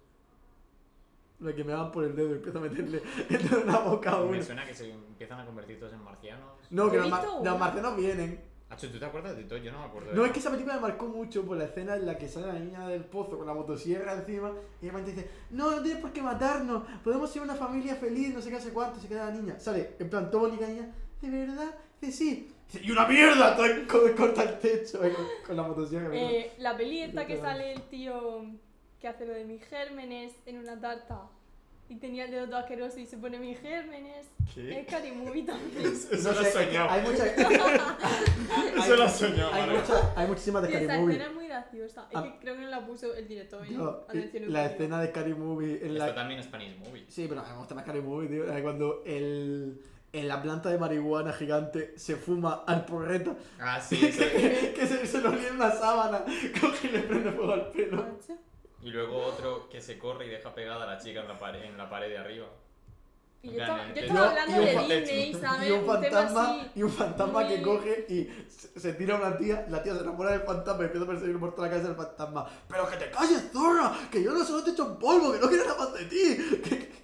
Speaker 1: La que me daban por el dedo y empiezo a meterle dentro de una boca a uno.
Speaker 2: Me suena que se empiezan a convertir todos en marcianos.
Speaker 1: No, que
Speaker 3: He
Speaker 1: los, mar-
Speaker 3: visto
Speaker 1: los
Speaker 3: una.
Speaker 1: marcianos vienen.
Speaker 2: Acho, ¿tú te acuerdas de todo? Yo no me acuerdo. de
Speaker 1: No,
Speaker 2: nada.
Speaker 1: es que esa película me marcó mucho por la escena en la que sale la niña del pozo con la motosierra encima y de repente dice, no, no tienes por qué matarnos, podemos ser una familia feliz, no sé qué hace cuánto, se queda la niña. Sale, en plan, Tony y la niña, ¿de verdad? Dice, sí. Dice, y una mierda, Entonces, co- corta el techo eh, con, con la motosierra.
Speaker 3: Eh, la peli esta que
Speaker 1: Literal.
Speaker 3: sale el tío que hace lo de mis gérmenes en una tarta y tenía el dedo todo asqueroso y se pone mis gérmenes.
Speaker 2: ¿Qué?
Speaker 3: Es Cari Movie también.
Speaker 2: Eso lo
Speaker 1: sé,
Speaker 2: has soñado.
Speaker 1: Hay muchas.
Speaker 2: Eso lo has
Speaker 1: hay,
Speaker 2: soñado,
Speaker 1: hay,
Speaker 2: Mario.
Speaker 1: mucha- hay muchísimas de
Speaker 3: Tío, esa
Speaker 1: Scary
Speaker 3: escena
Speaker 1: Movie.
Speaker 3: es muy graciosa. Es
Speaker 1: Ah.
Speaker 3: que creo que no la puso el director en
Speaker 1: Yo,
Speaker 3: atención
Speaker 1: la
Speaker 3: educativa.
Speaker 1: escena de Scary Movie en
Speaker 4: Está
Speaker 1: la.
Speaker 4: también Spanish Movie.
Speaker 1: Sí, pero me gusta más Scary Movie, tío. La de Cuando el. En la planta de marihuana gigante se fuma al porreta.
Speaker 4: Ah, sí, eso
Speaker 1: que se, se lo olvida una sábana. Coge y le prende fuego al pelo.
Speaker 3: Macho.
Speaker 4: Y luego otro que se corre y deja pegada a la chica en la pared, en la pared de arriba.
Speaker 3: Y yo
Speaker 4: Gana,
Speaker 3: estaba, yo
Speaker 4: te-
Speaker 3: estaba
Speaker 1: yo-
Speaker 3: hablando
Speaker 1: y un
Speaker 3: de
Speaker 4: fantasma.
Speaker 3: Disney, ¿sabes?
Speaker 1: Y un
Speaker 3: tema
Speaker 1: fantasma,
Speaker 3: así.
Speaker 1: y un fantasma que
Speaker 3: muy-
Speaker 1: coge y se, se tira a una tía, la tía se enamora del fantasma y empieza a perseguir por toda la casa del fantasma. Pero que te calles, zorra, que yo no solo te echo un polvo, que no quiero nada más de ti. Que-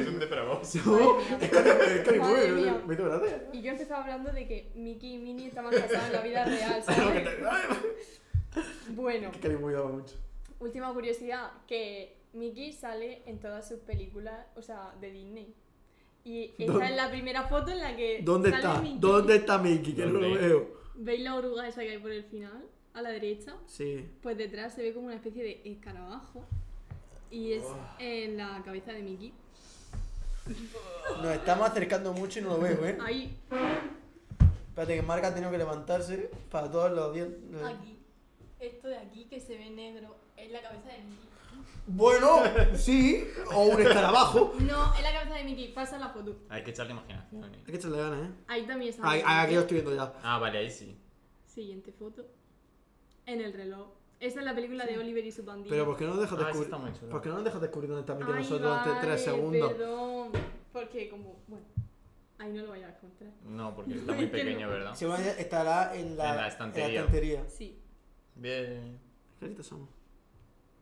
Speaker 2: Es un depravado.
Speaker 1: No, es que es que-
Speaker 3: Madre mía.
Speaker 1: me hizo gracia.
Speaker 3: Y yo empezaba hablando de que Mickey y Minnie estaban casados en la vida real,
Speaker 1: Pero que
Speaker 3: ¿sabes?
Speaker 1: te calles.
Speaker 3: Bueno,
Speaker 1: Que Caribe daba mucho.
Speaker 3: última curiosidad, que Mickey sale en todas sus películas, o sea, de Disney. Y
Speaker 1: ¿Dónde-
Speaker 3: esta es la primera foto en la que
Speaker 1: ¿Dónde
Speaker 3: Eh, sale
Speaker 1: está?
Speaker 3: Mickey.
Speaker 1: ¿Dónde está Mickey? Que no lo
Speaker 4: ¿Dónde?
Speaker 1: veo.
Speaker 3: ¿Veis la oruga esa que hay por el final? A la derecha.
Speaker 1: Sí.
Speaker 3: Pues detrás se ve como una especie de escarabajo. Y es en la cabeza de Mickey.
Speaker 1: Nos estamos acercando mucho y no lo veo, ¿eh?
Speaker 3: Ahí,
Speaker 1: Espérate, que Marca ha tenido que levantarse para todos los días.
Speaker 3: aquí. Esto de aquí que se ve negro es la cabeza de Mickey.
Speaker 1: Bueno, sí, o un escarabajo.
Speaker 3: No, es la cabeza de Mickey. Pasa la foto.
Speaker 4: Hay que echarle imaginación. eh.
Speaker 1: Hay que echarle ganas, ¿eh?
Speaker 3: Ahí también está.
Speaker 1: Ay,
Speaker 3: Mickey.
Speaker 1: ay, aquí lo estoy viendo ya.
Speaker 4: Ah, vale, ahí sí.
Speaker 3: Siguiente foto. En el reloj. Esa es la película de Oliver y su pandilla.
Speaker 1: Pero ¿por qué no nos dejas
Speaker 4: Ah, sí
Speaker 1: descubrir?
Speaker 4: está muy chulo.
Speaker 1: ¿Por qué no nos dejas descubrir dónde está Mickey
Speaker 3: Ay,
Speaker 1: nosotros durante
Speaker 3: vale,
Speaker 1: tres segundos?
Speaker 3: Perdón. Porque como. Bueno. Ahí no lo voy a encontrar.
Speaker 4: No, porque está muy
Speaker 3: Es que no.
Speaker 4: pequeño, ¿verdad?
Speaker 1: Seguramente estará en la,
Speaker 4: En la estantería.
Speaker 1: en la estantería.
Speaker 3: Sí.
Speaker 4: Bien.
Speaker 1: Qué listos somos.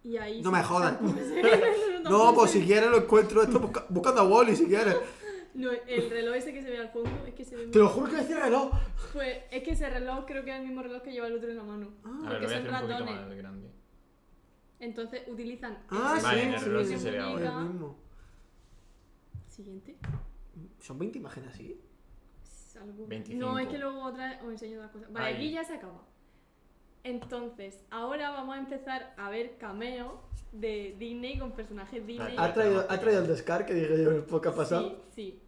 Speaker 3: Y ahí.
Speaker 1: No me jodas.
Speaker 3: Tampoco se ve,
Speaker 1: No,
Speaker 3: tampoco
Speaker 1: pues
Speaker 3: se
Speaker 1: si
Speaker 3: ve.
Speaker 1: quieres lo encuentro. Esto busca- buscando a Wally si quieres.
Speaker 3: No, el reloj ese que se ve al fondo es que se ve. muy-
Speaker 1: Te lo juro que decía reloj.
Speaker 3: Pues es que ese reloj creo que es el mismo reloj que lleva el otro en la mano.
Speaker 4: A ver,
Speaker 3: Ah,
Speaker 4: lo
Speaker 3: Porque
Speaker 4: voy a
Speaker 3: son
Speaker 4: hacer un poquito
Speaker 3: ratones.
Speaker 4: más grande.
Speaker 3: Entonces utilizan.
Speaker 1: Ah,
Speaker 3: ese
Speaker 4: Vale,
Speaker 1: sí,
Speaker 4: en el
Speaker 3: reloj,
Speaker 1: sí,
Speaker 4: reloj
Speaker 1: sí,
Speaker 4: sí sería
Speaker 1: Es
Speaker 4: ahora.
Speaker 1: el mismo.
Speaker 3: Siguiente.
Speaker 1: Son 20 imágenes así.
Speaker 3: Es algo-
Speaker 4: 25.
Speaker 3: No, es que luego otra os enseño otra cosa. Vale,
Speaker 4: Ahí.
Speaker 3: aquí ya se acaba. Entonces, ahora vamos a empezar a ver cameos de Disney con personajes Disney.
Speaker 1: Ha traído, ha traído el descar que dije yo en el podcast Ah, pasado.
Speaker 3: Sí, sí.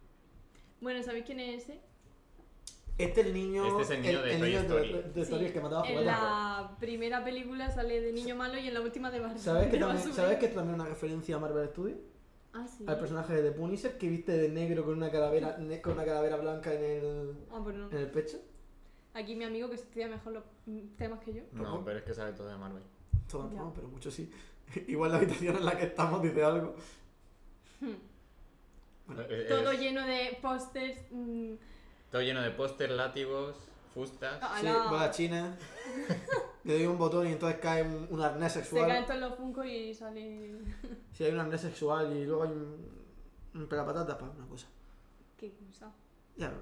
Speaker 3: Bueno, ¿sabéis quién es ese?
Speaker 1: Este es el niño.
Speaker 4: Este es el niño de Toy Story.
Speaker 1: de- de
Speaker 3: Sí.
Speaker 1: Story que mataba
Speaker 3: En
Speaker 1: juguetes.
Speaker 3: la primera película sale de niño malo y en la última de Barbie.
Speaker 1: ¿Sabes que,
Speaker 3: de
Speaker 1: también,
Speaker 3: basura.
Speaker 1: ¿Sabes que esto también es una referencia a Marvel Studios?
Speaker 3: Ah, sí.
Speaker 1: Al personaje de Punisher que viste de negro con una calavera, ne- con una calavera blanca en el,
Speaker 3: Ah, pues no.
Speaker 1: en el pecho.
Speaker 3: Aquí mi amigo que estudia mejor los mm, temas que yo.
Speaker 4: No, pero es que sabe todo de Marvel.
Speaker 1: Todo
Speaker 3: Ya.
Speaker 1: no, pero mucho sí. Igual la habitación en la que estamos dice algo.
Speaker 3: Hmm.
Speaker 1: Bueno,
Speaker 4: Eh, eh,
Speaker 3: Todo
Speaker 4: es-
Speaker 3: lleno de pósters. mm,
Speaker 4: todo lleno de póster, látigos, fustas.
Speaker 1: Sí,
Speaker 3: ala.
Speaker 1: va a China, le doy un botón y entonces cae un, un arnés
Speaker 3: se caen
Speaker 1: sexual.
Speaker 3: todos los funcos y sale.
Speaker 1: Si hay un arnés sexual y luego hay un, un pelapatata, para una cosa.
Speaker 3: ¿Qué cosa?
Speaker 1: Ya.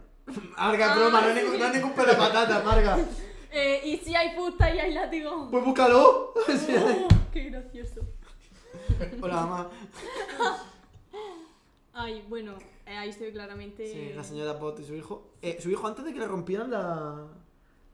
Speaker 1: Marga,
Speaker 3: Ah,
Speaker 1: broma, no hay
Speaker 3: sí.
Speaker 1: ningún, no hay ningún pelapatata, Marga.
Speaker 3: Eh, y si hay fusta y hay látigo.
Speaker 1: Pues búscalo. Sí.
Speaker 3: Oh, qué gracioso.
Speaker 1: Hola, mamá.
Speaker 3: Ay, bueno, eh, ahí se ve claramente
Speaker 1: Sí, la señora Bot y su hijo. Eh, su hijo antes de que le rompieran la.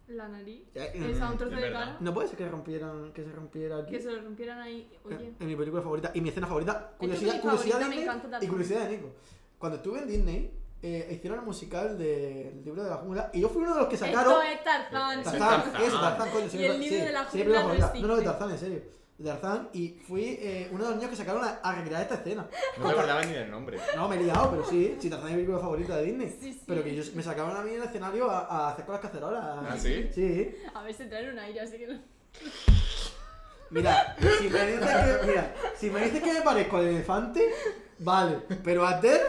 Speaker 3: la nariz.
Speaker 1: Ya, eh,
Speaker 3: Esa, un
Speaker 4: es
Speaker 3: trozo de
Speaker 4: verdad.
Speaker 3: cara.
Speaker 1: No puede ser que rompieran, que se rompiera aquí.
Speaker 3: Que se lo rompieran ahí. Oye.
Speaker 1: Es mi película favorita y mi escena favorita.
Speaker 3: Esta es
Speaker 1: Curiosidad,
Speaker 3: mi
Speaker 1: curiosidad
Speaker 3: favorita,
Speaker 1: de
Speaker 3: me
Speaker 1: Disney
Speaker 3: encanta
Speaker 1: y
Speaker 3: también.
Speaker 1: curiosidad de Nico. Cuando estuve en Disney, eh, hicieron un musical del libro de la jungla y yo fui uno de los que sacaron. Eh,
Speaker 3: Esto es Tarzán.
Speaker 4: Eso es
Speaker 1: Tarzán,
Speaker 4: Tarzán.
Speaker 1: eso, Tarzán, coño,
Speaker 3: Y el
Speaker 1: sí,
Speaker 3: libro de la
Speaker 1: sí,
Speaker 3: jungla
Speaker 1: libro de
Speaker 3: no
Speaker 1: No, no, de
Speaker 3: existe.
Speaker 1: Tarzán, en serio. De Tarzán, y fui eh, uno de los niños que sacaron a, a recrear esta escena.
Speaker 4: No me acordaba ni del nombre.
Speaker 1: No, me he liado, pero sí, sí, Tarzán es mi película favorita de Disney.
Speaker 3: Sí, sí.
Speaker 1: Pero que yo, me sacaron a mí en el escenario a, a hacer con las cacerolas.
Speaker 4: ¿Ah, sí?
Speaker 1: Sí.
Speaker 3: A ver si traen un aire, así que. lo-
Speaker 1: Mira, si me dices que, mira, si me dices que me parezco al elefante, vale, pero a Ter...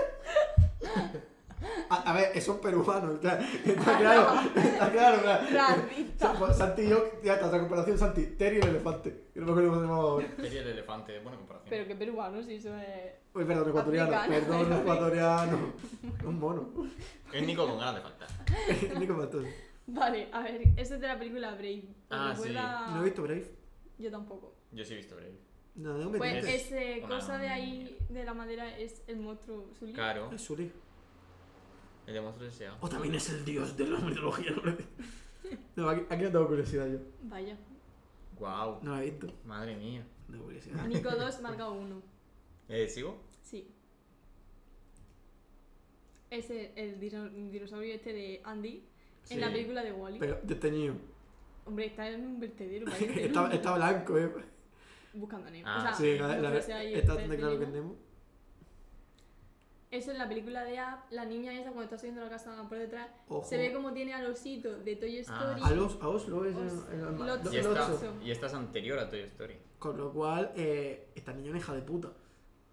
Speaker 1: A, a ver, es un peruano, está, está claro, está claro, claro.
Speaker 3: Racista.
Speaker 1: Sa- pues, Santi y yo, ya está, la comparación Santi, Ter y el elefante. Yo no me acuerdo cómo se llamaba ahora.
Speaker 4: Sería el elefante, buena comparación.
Speaker 3: Pero que peruano, si eso es.
Speaker 1: Uy, perdón, ecuatoriano,
Speaker 3: Africano.
Speaker 1: perdón, ecuatoriano. Un mono.
Speaker 4: Es Nico con ganas de faltar.
Speaker 1: Nico Pantoja.
Speaker 3: Vale, a ver, esa es de la película Brave. ¿Os
Speaker 4: Ah,
Speaker 3: recuerda-
Speaker 1: No he visto Brave.
Speaker 3: Yo tampoco.
Speaker 4: Yo sí he visto Brave.
Speaker 1: No, tengo
Speaker 3: Pues
Speaker 1: pendiente.
Speaker 4: es-
Speaker 3: ese
Speaker 4: Una
Speaker 3: cosa de ahí, de la madera, es el monstruo Zully.
Speaker 4: Claro,
Speaker 1: Es Sully.
Speaker 4: el de monstruo deseado.
Speaker 1: O también es el dios de la mitología. No, aquí, aquí no tengo curiosidad yo.
Speaker 3: Vaya.
Speaker 4: Guau,
Speaker 1: No lo he visto.
Speaker 4: madre mía.
Speaker 1: No tengo curiosidad.
Speaker 3: Nico 2 marca 1.
Speaker 4: Eh, ¿Sigo?
Speaker 3: Sí, es el, el dino- dinosaurio este de Andy
Speaker 2: Sí.
Speaker 3: en la película de Wally.
Speaker 1: Pero detenido.
Speaker 3: Hombre, está en un vertedero. parece.
Speaker 1: está, está blanco, eh.
Speaker 3: Buscando a Nemo.
Speaker 4: Ah.
Speaker 3: o sea,
Speaker 1: sí, la,
Speaker 3: no
Speaker 1: la-
Speaker 3: creo que sea ahí el
Speaker 1: está
Speaker 3: pez
Speaker 1: bastante
Speaker 3: de
Speaker 1: claro que
Speaker 3: Nemo.
Speaker 1: es Nemo.
Speaker 3: este Eso en la película de App, la niña esa cuando está subiendo la casa por detrás,
Speaker 1: Ojo.
Speaker 3: se ve como tiene al osito de Toy Story.
Speaker 4: Ah,
Speaker 1: A, los, a Oslo es el,
Speaker 3: Os-
Speaker 1: el- el-
Speaker 3: Lotso.
Speaker 4: Y
Speaker 1: el
Speaker 4: esta,
Speaker 1: Lotso.
Speaker 4: y esta es anterior a Toy Story.
Speaker 1: Con lo cual, eh, esta niña es una hija de puta.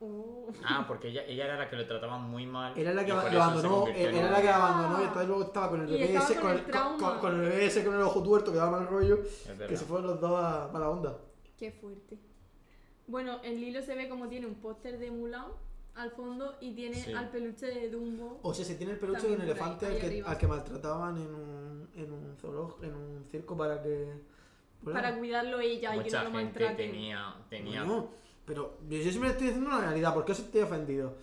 Speaker 3: Oh.
Speaker 4: Ah, porque ella, ella era la que lo trataba muy mal.
Speaker 1: Era la que
Speaker 4: y por
Speaker 1: ab- lo
Speaker 4: eso se
Speaker 1: abandonó, eh,
Speaker 4: convirtió en
Speaker 1: era
Speaker 4: un-
Speaker 1: la que abandonó y entonces luego estaba con el
Speaker 3: Y
Speaker 1: bebé
Speaker 3: estaba
Speaker 1: ese,
Speaker 3: con
Speaker 1: con,
Speaker 3: el
Speaker 1: el- con,
Speaker 3: trauma.
Speaker 1: con- con el bebé ese con el ojo tuerto que daba mal rollo,
Speaker 4: Es
Speaker 1: que
Speaker 4: verdad.
Speaker 1: se fueron los dos a mala onda.
Speaker 3: Qué fuerte. Bueno, en Lilo se ve como tiene un póster de Mulan al fondo y tiene
Speaker 4: Sí. Oh,
Speaker 3: al peluche de Dumbo.
Speaker 1: O sea, se tiene el peluche de
Speaker 3: También
Speaker 1: un
Speaker 3: por ahí,
Speaker 1: elefante al
Speaker 3: ahí
Speaker 1: que,
Speaker 3: arriba.
Speaker 1: al que maltrataban en un, en un zoológico, en un circo para que... volara.
Speaker 3: Para cuidarlo ella y que no
Speaker 4: Mucha
Speaker 3: lo
Speaker 4: gente
Speaker 3: maltraten.
Speaker 4: tenía, tenía
Speaker 1: No, pero yo yo siempre estoy diciendo una realidad, ¿por qué os estoy ofendido?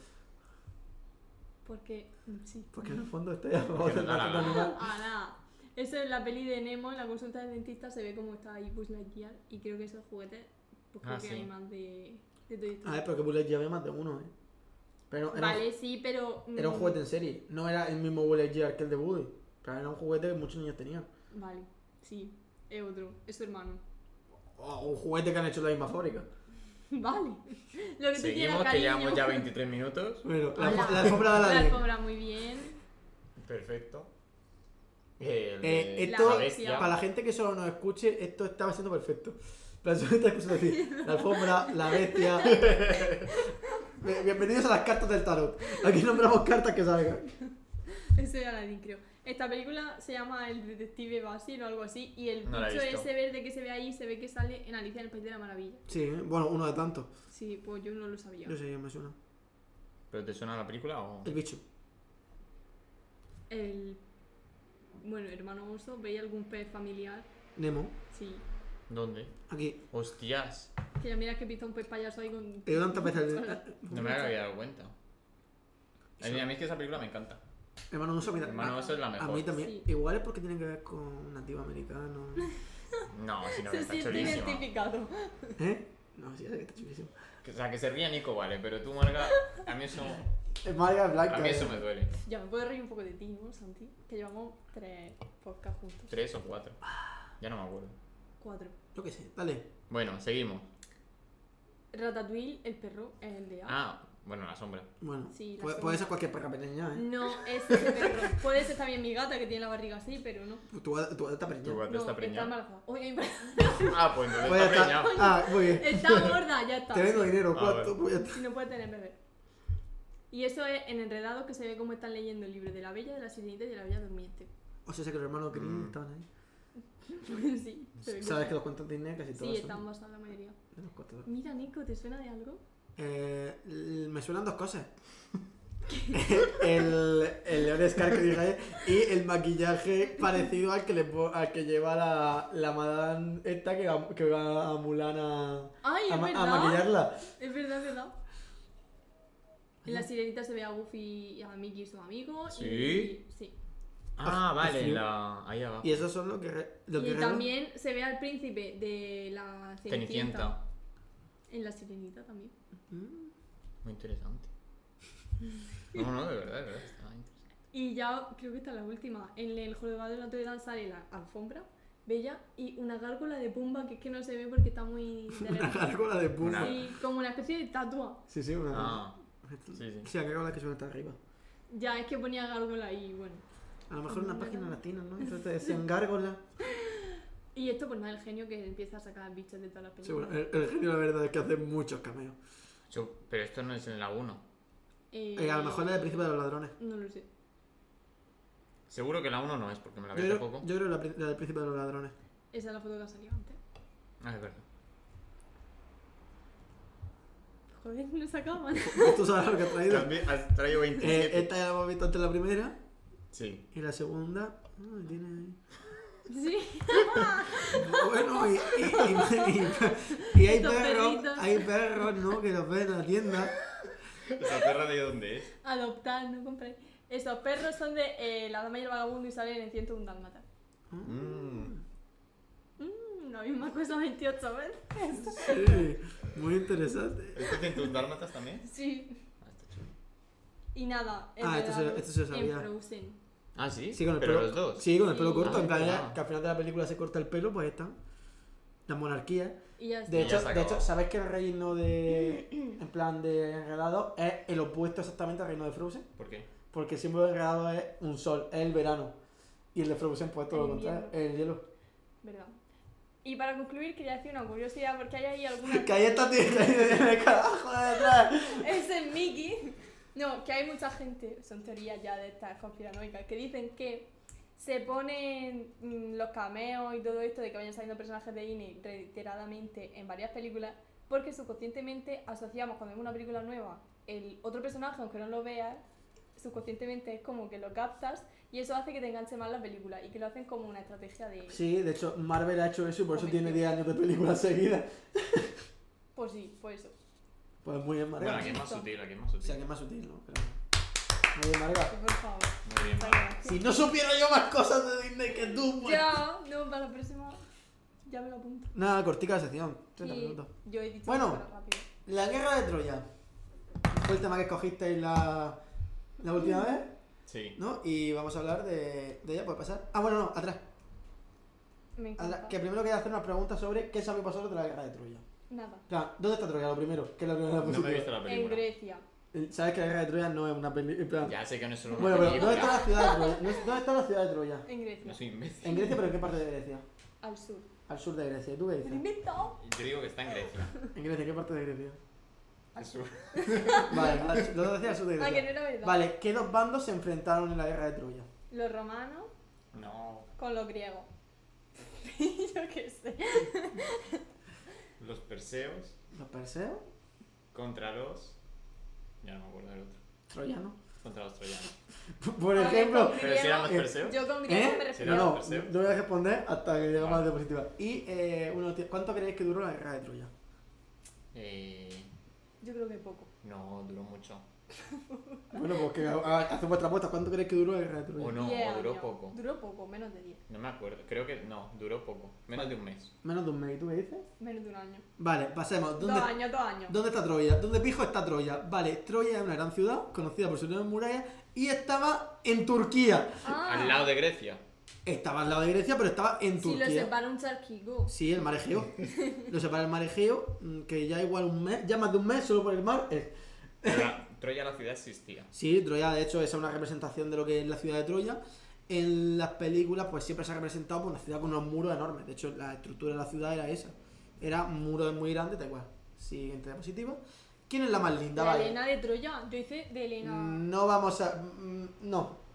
Speaker 3: Porque. mm, Sí.
Speaker 1: Porque en el fondo estoy a favor
Speaker 4: Porque
Speaker 1: del
Speaker 4: no da la
Speaker 1: maltrato
Speaker 4: gana.
Speaker 1: animal.
Speaker 3: Ah, nada. Eso en la peli de Nemo, en la consulta del dentista, se ve como está ahí Buzz Lightyear y creo que esos juguetes, pues creo
Speaker 4: Ah,
Speaker 3: que
Speaker 4: sí. Ah,
Speaker 3: hay más de, de Toy
Speaker 1: A
Speaker 3: Story.
Speaker 1: ver, pero que Bullet lleve más de uno, ¿eh? Pero era,
Speaker 3: Vale, sí, pero... mm,
Speaker 1: era un juguete en serie, no era el mismo Bullet Gear que el de Woody. Pero era un juguete que muchos niños tenían.
Speaker 3: Vale, sí, es otro, es su hermano.
Speaker 1: O un juguete que han hecho en la misma fábrica.
Speaker 3: Vale. Lo que tú quieras,
Speaker 4: Seguimos, que
Speaker 3: cariño.
Speaker 4: llevamos ya 23 minutos.
Speaker 1: Bueno, la,
Speaker 3: Hola.
Speaker 1: la alfombra de
Speaker 3: La
Speaker 1: la ley.
Speaker 3: alfombra muy bien.
Speaker 4: Perfecto. El
Speaker 1: Eh,
Speaker 4: de
Speaker 1: esto-
Speaker 4: la bestia.
Speaker 1: Para la gente que solo nos escuche, esto estaba siendo perfecto. Pero solo esta cosa de decir, la alfombra, la bestia. Bien- Bienvenidos a las cartas del tarot. Aquí nombramos cartas que salgan.
Speaker 3: Ese era Aladdin, creo. Esta película se llama El Detective Basil o algo así. Y el
Speaker 4: No la he
Speaker 3: bicho
Speaker 4: visto.
Speaker 3: ese verde que se ve ahí se ve que sale en Alicia en el País de la Maravilla.
Speaker 1: Sí, ¿eh? bueno, uno de tantos.
Speaker 3: Sí, pues yo no lo sabía.
Speaker 1: Yo sé, me suena.
Speaker 4: ¿Pero te suena la película o...?
Speaker 1: El bicho.
Speaker 3: El. Bueno, hermano oso, ¿veis algún pez familiar?
Speaker 1: Nemo.
Speaker 3: Sí.
Speaker 4: ¿Dónde?
Speaker 1: Aquí.
Speaker 4: Hostias,
Speaker 3: Que ya miras que he visto un pez payaso ahí con.
Speaker 1: Te dio tantas veces Eh,
Speaker 3: con la-
Speaker 1: el.
Speaker 4: no me había dado cuenta. A mí, a mí es que esa película me encanta.
Speaker 1: Hermano Oso, mira.
Speaker 4: Hermano,
Speaker 1: a-
Speaker 4: eso es la
Speaker 1: A
Speaker 4: mejor.
Speaker 1: mí también.
Speaker 3: Sí.
Speaker 1: Igual es porque tiene que ver con nativo americano.
Speaker 4: No, si no, que
Speaker 3: Se
Speaker 4: está
Speaker 3: siente
Speaker 4: chulísima.
Speaker 3: identificado.
Speaker 1: ¿Eh? No, sí, está chulísimo.
Speaker 4: O sea, que se ría Nico, vale, pero tú, Marga, a mí eso,
Speaker 1: Es Marga Blanca.
Speaker 4: a mí eso
Speaker 1: eh.
Speaker 4: me duele.
Speaker 3: Ya me puedo reír un poco de ti, ¿no, Santi? Que llevamos tres podcasts juntos.
Speaker 4: Tres o cuatro. Ya no me acuerdo.
Speaker 3: Cuatro.
Speaker 1: Yo qué sé, dale.
Speaker 4: Bueno, seguimos.
Speaker 3: Ratatouille, el perro, es el de A.
Speaker 4: Ah, bueno, la sombra.
Speaker 1: Bueno,
Speaker 3: Sí, la Mm.
Speaker 1: puede,
Speaker 3: sombra.
Speaker 1: puede ser cualquier perra pequeña, ¿eh?
Speaker 3: No, es ese perro. Puede ser también mi gata que tiene la barriga así, pero no.
Speaker 1: Tu gata tu gata está pequeña.
Speaker 4: Tu gato
Speaker 3: no,
Speaker 4: está preñada.
Speaker 3: embarazada. Oye, embarazada.
Speaker 4: Ah, pues entonces
Speaker 1: Voy a
Speaker 4: está
Speaker 1: estar-
Speaker 4: preñada.
Speaker 1: Ah, muy bien.
Speaker 3: Está gorda, ya está.
Speaker 1: Te vendo dinero,
Speaker 4: Ah,
Speaker 1: ¿cuánto?
Speaker 4: vale.
Speaker 1: Voy a estar-
Speaker 3: Y no puede tener bebé. Y eso es en Enredados que se ve cómo están leyendo el libro de la Bella, de la Sirenita y de la Bella Durmiente.
Speaker 1: O sea, sé que los hermanos Grimm
Speaker 4: Mm.
Speaker 1: estaban ahí.
Speaker 3: sí, se ve
Speaker 1: Sabes que los cuentos de Disney casi
Speaker 3: Sí,
Speaker 1: todos
Speaker 3: están
Speaker 1: son
Speaker 3: basados la mayoría.
Speaker 1: de los cuentos.
Speaker 3: Mira, Nico, ¿te suena de algo?
Speaker 1: Eh, l- me suenan dos cosas. el, el León Scar que dije y el maquillaje parecido al que, le, po- al que lleva la, la madame esta que va, que va a Mulan a,
Speaker 3: ¡Ay,
Speaker 1: a
Speaker 3: es
Speaker 1: ma- a
Speaker 3: verdad!
Speaker 1: maquillarla.
Speaker 3: Es verdad, es verdad. En la Sirenita se ve a Goofy y a Mickey y sus amigos. y-
Speaker 4: ¿Sí?
Speaker 3: sí.
Speaker 4: Ah, vale,
Speaker 1: Sí.
Speaker 4: la... ahí abajo.
Speaker 1: Y esos son los que... re- los que
Speaker 3: Y
Speaker 1: re-
Speaker 3: también se ve al príncipe de la Cenicienta.
Speaker 4: Cenicienta.
Speaker 3: En la Sirenita también.
Speaker 1: Mm.
Speaker 4: Muy interesante. No, no, de verdad, de verdad, estaba interesante.
Speaker 3: Y ya creo que esta es la última. En el jorobado de Notre Dame sale la alfombra, bella, y una gárgola de Pumba que es que no se ve porque está muy... de
Speaker 1: Una
Speaker 3: lejos.
Speaker 1: gárgola de puma.
Speaker 4: Una-
Speaker 3: Sí, como una especie de estatua.
Speaker 1: Sí, sí, una...
Speaker 4: Ah,
Speaker 1: Sí,
Speaker 4: sí, sí.
Speaker 1: la gárgola que suena hasta arriba.
Speaker 3: Ya, es que ponía gárgola y bueno.
Speaker 1: A lo mejor una página latina, ¿no? Entonces te decían gárgola.
Speaker 3: Y esto pues nada, el genio que empieza a sacar bichos de todas las
Speaker 1: Sí, bueno,
Speaker 3: películas.
Speaker 1: el, el genio la verdad es que hace muchos cameos.
Speaker 4: Yo- pero esto no es en la 1.
Speaker 3: Eh,
Speaker 1: Eh, a lo mejor la de Príncipe de los Ladrones.
Speaker 3: No lo sé.
Speaker 4: Seguro que la 1 no es, porque me la
Speaker 1: Yo
Speaker 4: vi
Speaker 1: creo,
Speaker 4: hace poco.
Speaker 1: yo creo la, pri- la del Príncipe de los Ladrones.
Speaker 3: Esa es la foto que ha salido antes.
Speaker 4: Ah, es verdad.
Speaker 3: Joder, no se acaban.
Speaker 1: Tú sabes lo que ha traído.
Speaker 4: También has traído
Speaker 1: Eh, esta ya la hemos visto antes la primera.
Speaker 4: Sí.
Speaker 1: Y la segunda. Ay, tiene ahí.
Speaker 3: sí.
Speaker 1: Bueno, y, y- y- y- y hay
Speaker 3: Estos
Speaker 1: perros.
Speaker 3: perritos.
Speaker 1: Hay perros, ¿no? Que los ven en la tienda.
Speaker 4: ¿Esa perra de dónde es?
Speaker 3: Adoptar, no comprar. Esos perros son de eh, La Dama y el Vagabundo y salen en 101 Dálmata.
Speaker 4: Mm.
Speaker 3: Mm, la misma cosa 28 veces.
Speaker 1: Sí, muy interesante.
Speaker 4: ¿Esto es en tus dálmatas también?
Speaker 3: Sí.
Speaker 4: Ah, está chulo.
Speaker 3: Y nada,
Speaker 1: Ah, esto se-
Speaker 3: enredados
Speaker 1: esto se lo
Speaker 3: en
Speaker 1: sabía.
Speaker 3: Frozen.
Speaker 4: Ah, sí.
Speaker 1: Sí, con el
Speaker 4: Pero
Speaker 1: pelo,
Speaker 4: los dos.
Speaker 1: Sí, con el pelo
Speaker 3: Sí.
Speaker 1: corto.
Speaker 4: Ah,
Speaker 1: en plan,
Speaker 4: verdad.
Speaker 1: que al final de la película se corta el pelo, pues ahí está. La monarquía.
Speaker 3: Y ya está.
Speaker 1: De
Speaker 4: Y ya
Speaker 1: hecho,
Speaker 4: se
Speaker 1: de
Speaker 4: acabó.
Speaker 1: hecho, ¿sabéis que el reino de. En plan de enredado es el opuesto exactamente al reino de Frozen?
Speaker 4: ¿Por qué?
Speaker 1: Porque el símbolo de enredado es un sol, es el verano. Y el de Frozen, pues todo
Speaker 3: El
Speaker 1: lo contrario, es el hielo.
Speaker 3: ¿Verdad? Y para concluir, quería decir una curiosidad porque hay ahí alguna.
Speaker 1: Que ahí está, tío, que ahí está el carajo de detrás.
Speaker 3: Ese es Mickey. No, que hay mucha gente, son teorías ya de estas conspiranoicas, que dicen que se ponen mm, los cameos y todo esto de que vayan saliendo personajes de INE reiteradamente en varias películas, porque subconscientemente asociamos cuando vemos una película nueva el otro personaje, aunque no lo veas, subconscientemente es como que lo captas y eso hace que te enganche más la película y que lo hacen como una estrategia de...
Speaker 1: Sí, de hecho, Marvel ha hecho eso y por eso tiene 10
Speaker 3: Convención.
Speaker 1: años de películas seguidas.
Speaker 3: Pues sí, pues eso.
Speaker 1: Pues muy bien, Marvel.
Speaker 4: Bueno, aquí es más
Speaker 3: Justo.
Speaker 4: sutil, aquí es más
Speaker 1: O sea,
Speaker 4: sutil.
Speaker 1: que es más sutil, ¿no? Pero- Muy bien, Marga.
Speaker 3: pues Por favor.
Speaker 4: Muy bien, vale.
Speaker 1: Si no supiera yo más cosas de Disney que tú, pues.
Speaker 3: Ya, no, para la próxima ya me lo apunto.
Speaker 1: Nada, cortica la sección. 30
Speaker 3: Sí,
Speaker 1: minutos.
Speaker 3: yo he dicho
Speaker 1: Bueno.
Speaker 3: que fuera rápido.
Speaker 1: La guerra de Troya. Fue el tema que escogisteis la, la última vez,
Speaker 4: Sí.
Speaker 1: ¿no? Y vamos a hablar de, de ella, ¿puede pasar? Ah, bueno, no, atrás.
Speaker 3: Me encanta.
Speaker 1: atrás. Que primero quería hacer una pregunta sobre qué sabéis vosotros de la guerra de Troya.
Speaker 3: Nada.
Speaker 1: Claro, ¿dónde está Troya? Lo primero, que es la primera
Speaker 4: No me he visto
Speaker 1: positiva.
Speaker 4: la
Speaker 3: En
Speaker 4: película.
Speaker 3: Grecia.
Speaker 1: Eh, Sabes que la guerra de Troya no es una película.
Speaker 4: Ya sé que no es solo una
Speaker 1: Bueno, pero ¿dónde está
Speaker 4: película.
Speaker 1: la ciudad de Troya? No es- ¿Dónde está la ciudad de Troya?
Speaker 3: En Grecia.
Speaker 4: No soy imbécil.
Speaker 1: En Grecia, pero ¿en qué parte de Grecia?
Speaker 3: Al sur.
Speaker 1: Al sur de Grecia. ¿Y tú qué
Speaker 3: ¿Me lo he
Speaker 1: dices?
Speaker 3: inventado?
Speaker 4: Yo digo que está en Grecia.
Speaker 1: En Grecia, ¿qué parte de Grecia?
Speaker 4: Al sur.
Speaker 1: Vale, al- lo decía al sur de
Speaker 3: Ah, que
Speaker 1: Grecia.
Speaker 3: no era verdad.
Speaker 1: Vale, ¿qué dos bandos se enfrentaron en la guerra de Troya?
Speaker 3: Los romanos
Speaker 4: No.
Speaker 3: con los griegos. yo qué sé.
Speaker 4: Los Perseos
Speaker 1: ¿Los perseos?
Speaker 4: contra los. Ya no me acuerdo del otro.
Speaker 1: ¿Troyanos?
Speaker 4: Contra los troyanos.
Speaker 1: Por
Speaker 3: A ver,
Speaker 1: ejemplo,
Speaker 3: con
Speaker 4: Pero si eran los
Speaker 3: griegos-
Speaker 4: Perseos.
Speaker 3: Yo con griegos me
Speaker 1: ¿Eh?
Speaker 3: refiero.
Speaker 1: No, no,
Speaker 4: Perseo.
Speaker 1: no voy a responder hasta que llegamos a la
Speaker 4: Vale.
Speaker 1: diapositiva. Y, eh, uno, tie- ¿cuánto creéis que duró la guerra de Troya?
Speaker 4: Eh.
Speaker 3: Yo creo que poco.
Speaker 4: No, duró mucho.
Speaker 1: Bueno, pues que hacen vuestra apuesta. ¿Cuánto creéis que duró la guerra de Troya?
Speaker 4: O no,
Speaker 3: Diez
Speaker 4: o duró
Speaker 3: años.
Speaker 4: poco.
Speaker 3: Duró poco, menos de 10.
Speaker 4: No me acuerdo. Creo que no, duró poco. Menos de un mes.
Speaker 1: Menos de un mes, ¿y ¿tú qué dices?
Speaker 3: Menos de un año.
Speaker 1: Vale, pasemos.
Speaker 3: Dos
Speaker 1: ¿Dónde,
Speaker 3: años, dos años.
Speaker 1: ¿Dónde está Troya? ¿Dónde pijo está Troya? Vale, Troya es una gran ciudad, conocida por sus nuevas murallas, y estaba en Turquía.
Speaker 3: Ah,
Speaker 4: Al lado de Grecia.
Speaker 1: Estaba al lado de Grecia, pero estaba en
Speaker 3: Si lo
Speaker 1: Turquía.
Speaker 3: separa un charquigo.
Speaker 1: Sí, el mar Egeo. Lo separa el mar Egeo, mm, que ya igual un mes, ya más de un mes solo por el mar. es-
Speaker 4: Pero la- Troya, la ciudad, existía.
Speaker 1: Sí, Troya, de hecho, esa es una representación de lo que es la ciudad de Troya. En las películas, pues siempre se ha representado por una ciudad con unos muros enormes. De hecho, la estructura de la ciudad era esa. Era un muro muy grande, tal cual. Siguiente diapositiva. ¿Quién es la más linda?
Speaker 3: La
Speaker 1: Vale.
Speaker 3: Elena de Troya. Yo hice de Elena.
Speaker 1: No vamos a. mm, No.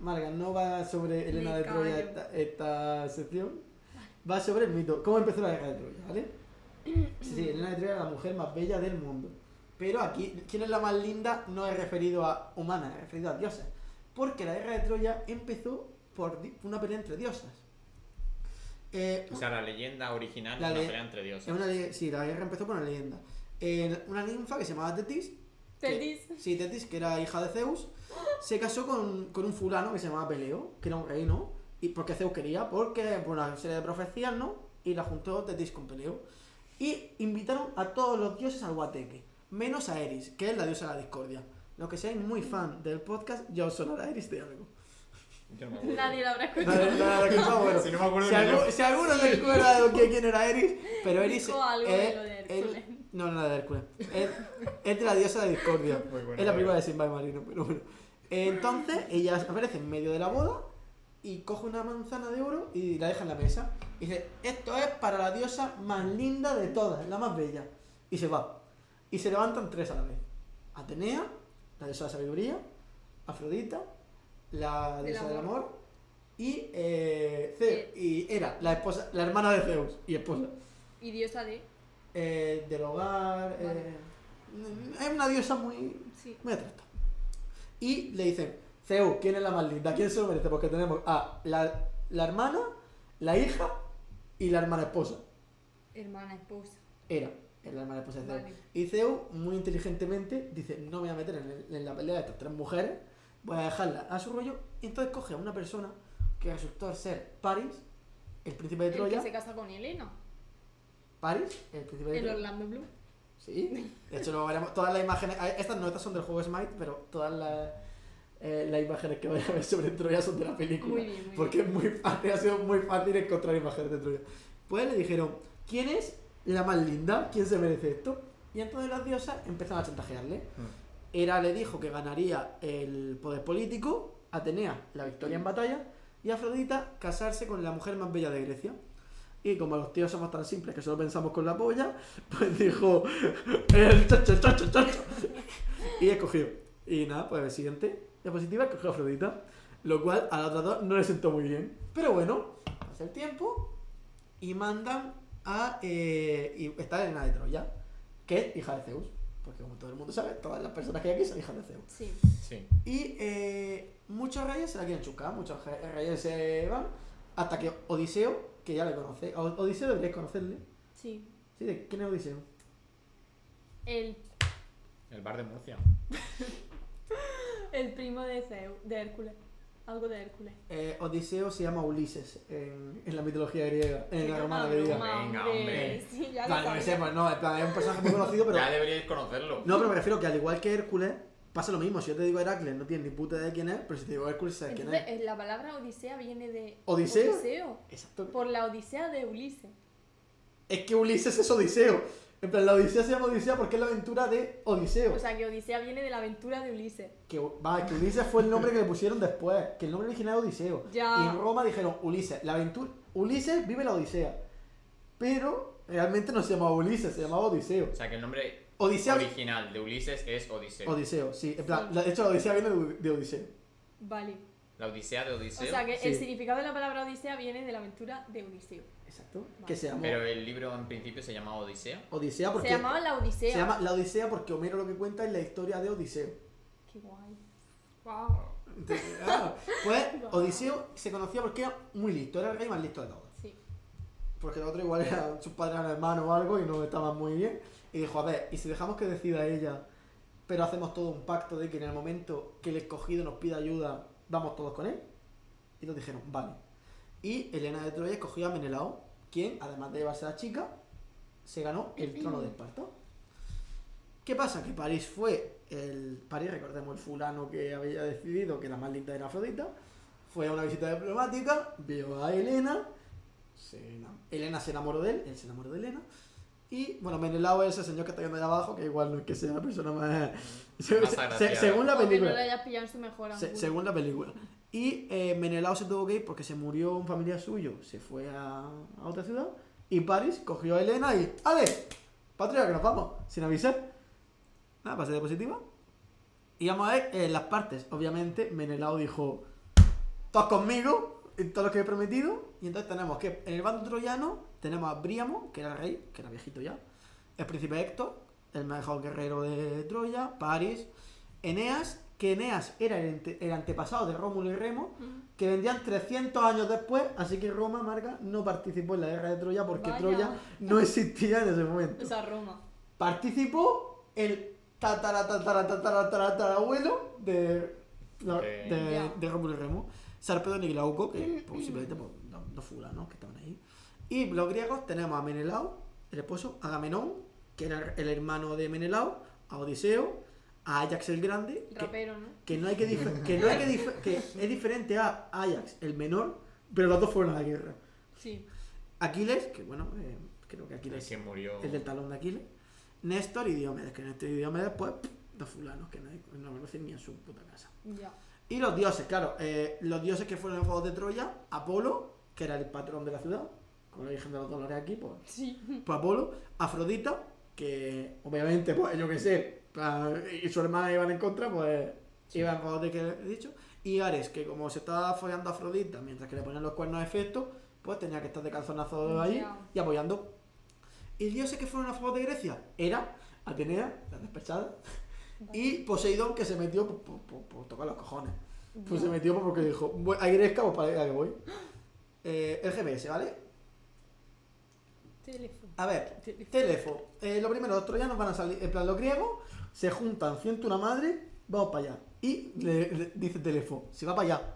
Speaker 1: Marga, no va sobre Elena
Speaker 3: Me
Speaker 1: de Troya
Speaker 3: callo.
Speaker 1: esta, esta sección. Va sobre el mito. ¿Cómo empezó la guerra de Troya? ¿Vale? Sí, sí, Elena de Troya era la mujer más bella del mundo. Pero aquí, ¿quién es la más linda? No es referido a humana, es referido a diosas. Porque la guerra de Troya empezó por di- una pelea entre diosas. Eh,
Speaker 4: O sea, la leyenda original
Speaker 1: La
Speaker 4: es una
Speaker 1: le-
Speaker 4: pelea entre
Speaker 1: es
Speaker 4: dioses.
Speaker 1: una le- sí, la guerra empezó por una leyenda. Eh, una ninfa que se llamaba Tetis que-
Speaker 3: Tetis.
Speaker 1: Sí, Tetis, que era hija de Zeus, se casó con, con un fulano que se llamaba Peleo, que era un rey, ¿no? Y porque Zeus quería, porque por una serie de profecías, ¿no? Y la juntó Tetis con Peleo. Y invitaron a todos los dioses al guateque, menos a Eris, que es la diosa de la discordia. Los que seáis muy fan del podcast, ya os sonará Eris de algo.
Speaker 4: Yo no me acuerdo.
Speaker 3: Nadie la habrá
Speaker 1: No,
Speaker 3: escuchado.
Speaker 1: no, no, no, que no, bueno.
Speaker 2: Si no me acuerdo
Speaker 1: Si,
Speaker 2: ni yo.
Speaker 1: algu- si alguno se acuerda de lo que- quién era Eris, pero Eris
Speaker 3: Dijo algo de
Speaker 1: es-
Speaker 3: lo de
Speaker 1: es-
Speaker 3: Hércules.
Speaker 1: no, no, de Hércules. Es, es de la diosa de Discordia.
Speaker 2: Muy bueno,
Speaker 1: es la
Speaker 2: muy
Speaker 1: película de Simba y Marino, pero bueno. Entonces, ella aparece en medio de la boda y coge una manzana de oro y la deja en la mesa. Y dice, esto es para la diosa más linda de todas, la más bella. Y se va. Y se levantan tres a la vez. Atenea, la diosa de la sabiduría, Afrodita, la
Speaker 3: Del
Speaker 1: diosa del
Speaker 3: amor.
Speaker 1: amor y eh, Zeus. Y era la esposa, la hermana de Zeus y esposa.
Speaker 3: Y diosa de.
Speaker 1: Eh, del hogar. eh,
Speaker 3: Vale.
Speaker 1: es una diosa muy,
Speaker 3: Sí.
Speaker 1: muy atractiva. Y le dicen, Zeus, ¿quién es la más linda? ¿Quién se lo merece? Porque tenemos a la, la hermana, la hija y la hermana esposa.
Speaker 3: Hermana, esposa.
Speaker 1: Era, era la hermana esposa de Zeus.
Speaker 3: Vale.
Speaker 1: Y Zeus, muy inteligentemente, dice, no me voy a meter en, el- en la pelea de estas tres mujeres, voy a dejarla a su rollo. Y entonces coge a una persona que resultó ser Paris, el príncipe de
Speaker 3: El que
Speaker 1: Troya.
Speaker 3: se casa con Elena.
Speaker 1: Paris, el príncipe de
Speaker 3: El
Speaker 1: Troya.
Speaker 3: Orlando Bloom.
Speaker 1: Sí. De hecho, luego veremos todas las imágenes. ah, Estas notas son del juego Smite, pero todas las, eh, las imágenes que vais a ver sobre Troya son de la película.
Speaker 3: Muy bien, muy
Speaker 1: porque es muy fácil, ha sido muy fácil encontrar imágenes de Troya. Pues le dijeron, ¿quién es la más linda? ¿Quién se merece esto? Y entonces las diosas empezaron a chantajearle.
Speaker 4: Mm.
Speaker 1: Hera le dijo que ganaría el poder político, Atenea la victoria en batalla y Afrodita casarse con la mujer más bella de Grecia. Y como los tíos somos tan simples que solo pensamos con la polla, pues dijo el chacho, chacho, chacho. Y escogió. Y nada, pues el siguiente diapositiva escogió a Afrodita. Lo cual a las otras dos no le sentó muy bien. Pero bueno, pasa el tiempo y mandan a. eh, y está Elena de Troya, que es hija de Zeus. Porque como todo el mundo sabe, todas las personas que hay aquí son hijas de Zeus.
Speaker 3: Sí.
Speaker 4: Sí.
Speaker 1: Y eh, muchos reyes se la quieren chuscar, muchos re- reyes se van, hasta que Odiseo, que ya le conoce, a Od- Odiseo deberíais conocerle.
Speaker 3: Sí.
Speaker 1: ¿Sí? ¿De quién es Odiseo?
Speaker 3: El,
Speaker 2: El bar de Murcia.
Speaker 3: el primo de, Zeus, de Hércules. Algo de Hércules.
Speaker 1: Eh, Odiseo se llama Ulises en, en la mitología griega, en la
Speaker 3: Sí,
Speaker 1: romana
Speaker 3: no,
Speaker 1: griega.
Speaker 3: Roma,
Speaker 4: Venga,
Speaker 3: hombre.
Speaker 4: hombre.
Speaker 3: Sí, ya lo
Speaker 1: Vale, no
Speaker 3: sabía.
Speaker 1: sé, pues no, en plan, es un personaje muy conocido, pero.
Speaker 4: Ya deberíais conocerlo.
Speaker 1: No, pero me refiero que al igual que Hércules, pasa lo mismo. Si yo te digo Heracles, no tienes ni puta idea de quién es, pero si te digo Hércules, sabes quién
Speaker 3: Entonces,
Speaker 1: es.
Speaker 3: eh, la palabra Odisea viene de
Speaker 1: ¿Odiseo?
Speaker 3: Odiseo,
Speaker 1: Exacto.
Speaker 3: por la Odisea de Ulises.
Speaker 1: Es que Ulises es Odiseo. En plan, la Odisea se llama Odisea porque es la aventura de Odiseo.
Speaker 3: O sea, que Odisea viene de la aventura de Ulises.
Speaker 1: Que, va, que Ulises fue el nombre que le pusieron después, que el nombre original era Odiseo.
Speaker 3: Ya.
Speaker 1: Y en Roma dijeron Ulises, la aventura, Ulises vive la Odisea. Pero realmente no se llamaba Ulises, se llamaba Odiseo.
Speaker 4: O sea que el nombre
Speaker 1: Odisea.
Speaker 4: original de Ulises es Odiseo.
Speaker 1: Odiseo, sí. En plan, la- de hecho la Odisea viene de, de Odiseo.
Speaker 3: Vale.
Speaker 4: La Odisea de
Speaker 3: O
Speaker 4: Odiseo.
Speaker 3: sea, que
Speaker 1: Sí.
Speaker 3: el significado de la palabra Odisea viene de la aventura de Ulises.
Speaker 1: Exacto.
Speaker 3: Vale.
Speaker 1: Que se llamó
Speaker 4: Pero el libro en principio se llamaba Odisea.
Speaker 1: Odisea porque
Speaker 3: Se llamaba la Odisea.
Speaker 1: se llama la Odisea porque Homero lo que cuenta es la historia de Odiseo.
Speaker 3: Qué guay. Wow.
Speaker 1: Entonces, ah, pues
Speaker 3: Guau.
Speaker 1: Odiseo se conocía porque era muy listo, era el rey más listo de todos.
Speaker 3: Sí.
Speaker 1: porque el otro igual era sus padres eran hermanos o algo y no estaban muy bien. Y dijo, a ver, ¿y si dejamos que decida ella, pero hacemos todo un pacto de que en el momento que el escogido nos pida ayuda, vamos todos con él? Y nos dijeron, vale. Y Elena de Troya escogió a Menelao, quien, además de llevarse a la chica, se ganó el trono de Esparta. ¿Qué pasa? Que París fue el... París, recordemos, el fulano que había decidido que la más linda era Afrodita. Fue a una visita diplomática, vio a Elena, se enam- Elena se enamoró de él, él se enamoró de Elena. Y bueno, Menelao es el señor que está viendo allá abajo, que igual no es que sea la persona más. se- se-
Speaker 4: agraciada.
Speaker 1: según la
Speaker 3: O que no le
Speaker 1: película.
Speaker 3: hayas pillado en su mejor
Speaker 1: Se-
Speaker 3: ángulo.
Speaker 1: según la película. Y eh, Menelao se tuvo que ir porque se murió un familiar suyo, se fue a, a otra ciudad. Y París cogió a Elena y. ¡Ale! Patria, que nos vamos, sin avisar. Nada, pase diapositiva. Y vamos a ver eh, las partes. Obviamente, Menelao dijo: Todos conmigo, en todo lo que he prometido. Y entonces tenemos que en el bando troyano tenemos a Príamo, que era el rey, que era viejito ya. El príncipe Héctor, el mejor guerrero de Troya. París. Eneas, que Eneas era el, ante- el antepasado de Rómulo y Remo,
Speaker 3: Ujú.
Speaker 1: que vendrían 300 años después. Así que Roma, Marga, no participó en la guerra de Troya porque
Speaker 3: Vaya.
Speaker 1: Troya no existía en ese momento.
Speaker 3: O sea, Roma.
Speaker 1: Participó el tatara, tatara, tatara, tatara, tatarabuelo de, la-
Speaker 4: Ok.
Speaker 1: de,
Speaker 3: Ya.
Speaker 1: de Rómulo y Remo, Sarpedón y Glauco, que pues, simplemente pues, no, no fulanos que estaban ahí. Y los griegos tenemos a Menelao, el esposo, Agamenón, que era el hermano de Menelao, a Odiseo, a Ajax el Grande, que,
Speaker 3: Rapero, ¿no?
Speaker 1: que no hay que, dife- que, no hay que, dife- que es diferente a Ajax el menor, pero los dos fueron a la guerra.
Speaker 3: Sí.
Speaker 1: Aquiles, que bueno, eh, creo que Aquiles
Speaker 4: El que murió.
Speaker 1: el del talón de Aquiles. Néstor y Diomedes, que Néstor y Diomedes, pues, pff, dos fulanos que nadie- no conocen ni en su puta casa.
Speaker 3: Ya.
Speaker 1: Y los dioses, claro, eh, los dioses que fueron en los Juegos de Troya, Apolo, que era el patrón de la ciudad, con la Virgen de los Dolores aquí, pues,
Speaker 3: Sí.
Speaker 1: pues Apolo, Afrodita, que obviamente, pues, yo qué sé, pa- y su hermana iban en contra, pues, iban a favor de que he dicho, y Ares, que como se estaba follando a Afrodita mientras que le ponían los cuernos a efecto, pues tenía que estar de calzonazo ahí
Speaker 3: Ya.
Speaker 1: y apoyando. ¿Y dioses que fueron a favor de Grecia? Era Atenea, la despechada, y Poseidón, que se metió por, por- por- por tocar los cojones. Pues se
Speaker 3: Ya.
Speaker 1: metió porque dijo, "Bueno, hay Grecia, pues para allá que voy. Eh, el GPS, ¿vale?
Speaker 3: Teléfono.
Speaker 1: A ver,
Speaker 3: Teléfono.
Speaker 1: Telefo. Eh, lo primero, los troyanos van a salir, en plan los griegos, se juntan, siento una madre, vamos para allá. Y le, le dice Telefo, se va para allá.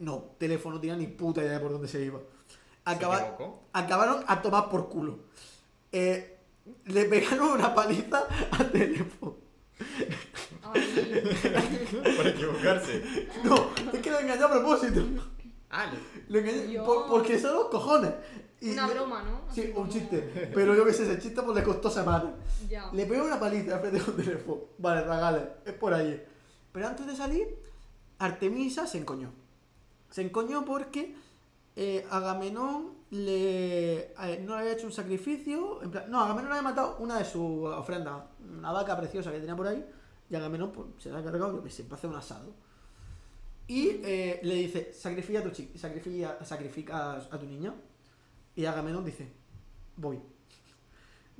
Speaker 1: No, Telefo no tenía ni puta idea de por dónde se iba.
Speaker 4: ¿Se
Speaker 1: Acaba-
Speaker 4: equivocó?
Speaker 1: acabaron a tomar por culo. Eh, Le pegaron una paliza a Teléfono.
Speaker 3: Ah, Ay,
Speaker 2: Por equivocarse.
Speaker 1: No, es que lo engañó a propósito.
Speaker 4: Ah,
Speaker 1: Lo engañó
Speaker 3: Dios.
Speaker 1: por- porque son los cojones. Y
Speaker 3: una
Speaker 1: le-
Speaker 3: broma, ¿no?
Speaker 1: Sí,
Speaker 3: Así
Speaker 1: un
Speaker 3: como-
Speaker 1: chiste. Pero yo que sé, ese chiste pues le costó semana.
Speaker 3: Ya.
Speaker 1: Le pegó una paliza al frente de un teléfono. Vale, regales, es por allí. Pero antes de salir, Artemisa se encoñó. Se encoñó porque eh, Agamenón le, a él no le había hecho un sacrificio. en plan- no, Agamenón había matado una de sus ofrendas, una vaca preciosa que tenía por ahí. Y Agamenón pues, se la ha cargado, yo que sé, para hacer un asado. Y eh, le dice: sacrifica a tu chica, sacrifica, sacrifica a- a tu niña. Y Agamenón dice: Voy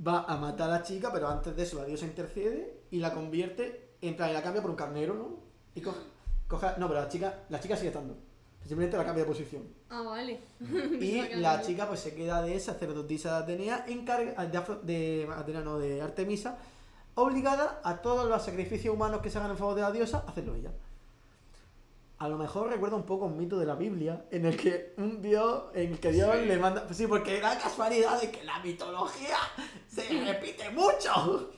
Speaker 1: va a matar a la chica, pero antes de eso la diosa intercede y la convierte, en plan, y la cambia por un carnero, ¿no? Y coge, coge a- no, pero la chica, la chica sigue estando. Simplemente la cambia de posición.
Speaker 3: Ah, vale.
Speaker 1: Y
Speaker 3: Pensaba que
Speaker 1: la
Speaker 3: era-
Speaker 1: chica pues se queda de sacerdotisa de Atenea, encarga, de, Afro- de Atenea no, de Artemisa, obligada a todos los sacrificios humanos que se hagan en favor de la diosa, a hacerlo ella. A lo mejor recuerda un poco un mito de la Biblia, en el que un dios, en el que Dios
Speaker 4: Sí.
Speaker 1: le manda... Sí, porque da casualidad de que la mitología se repite mucho.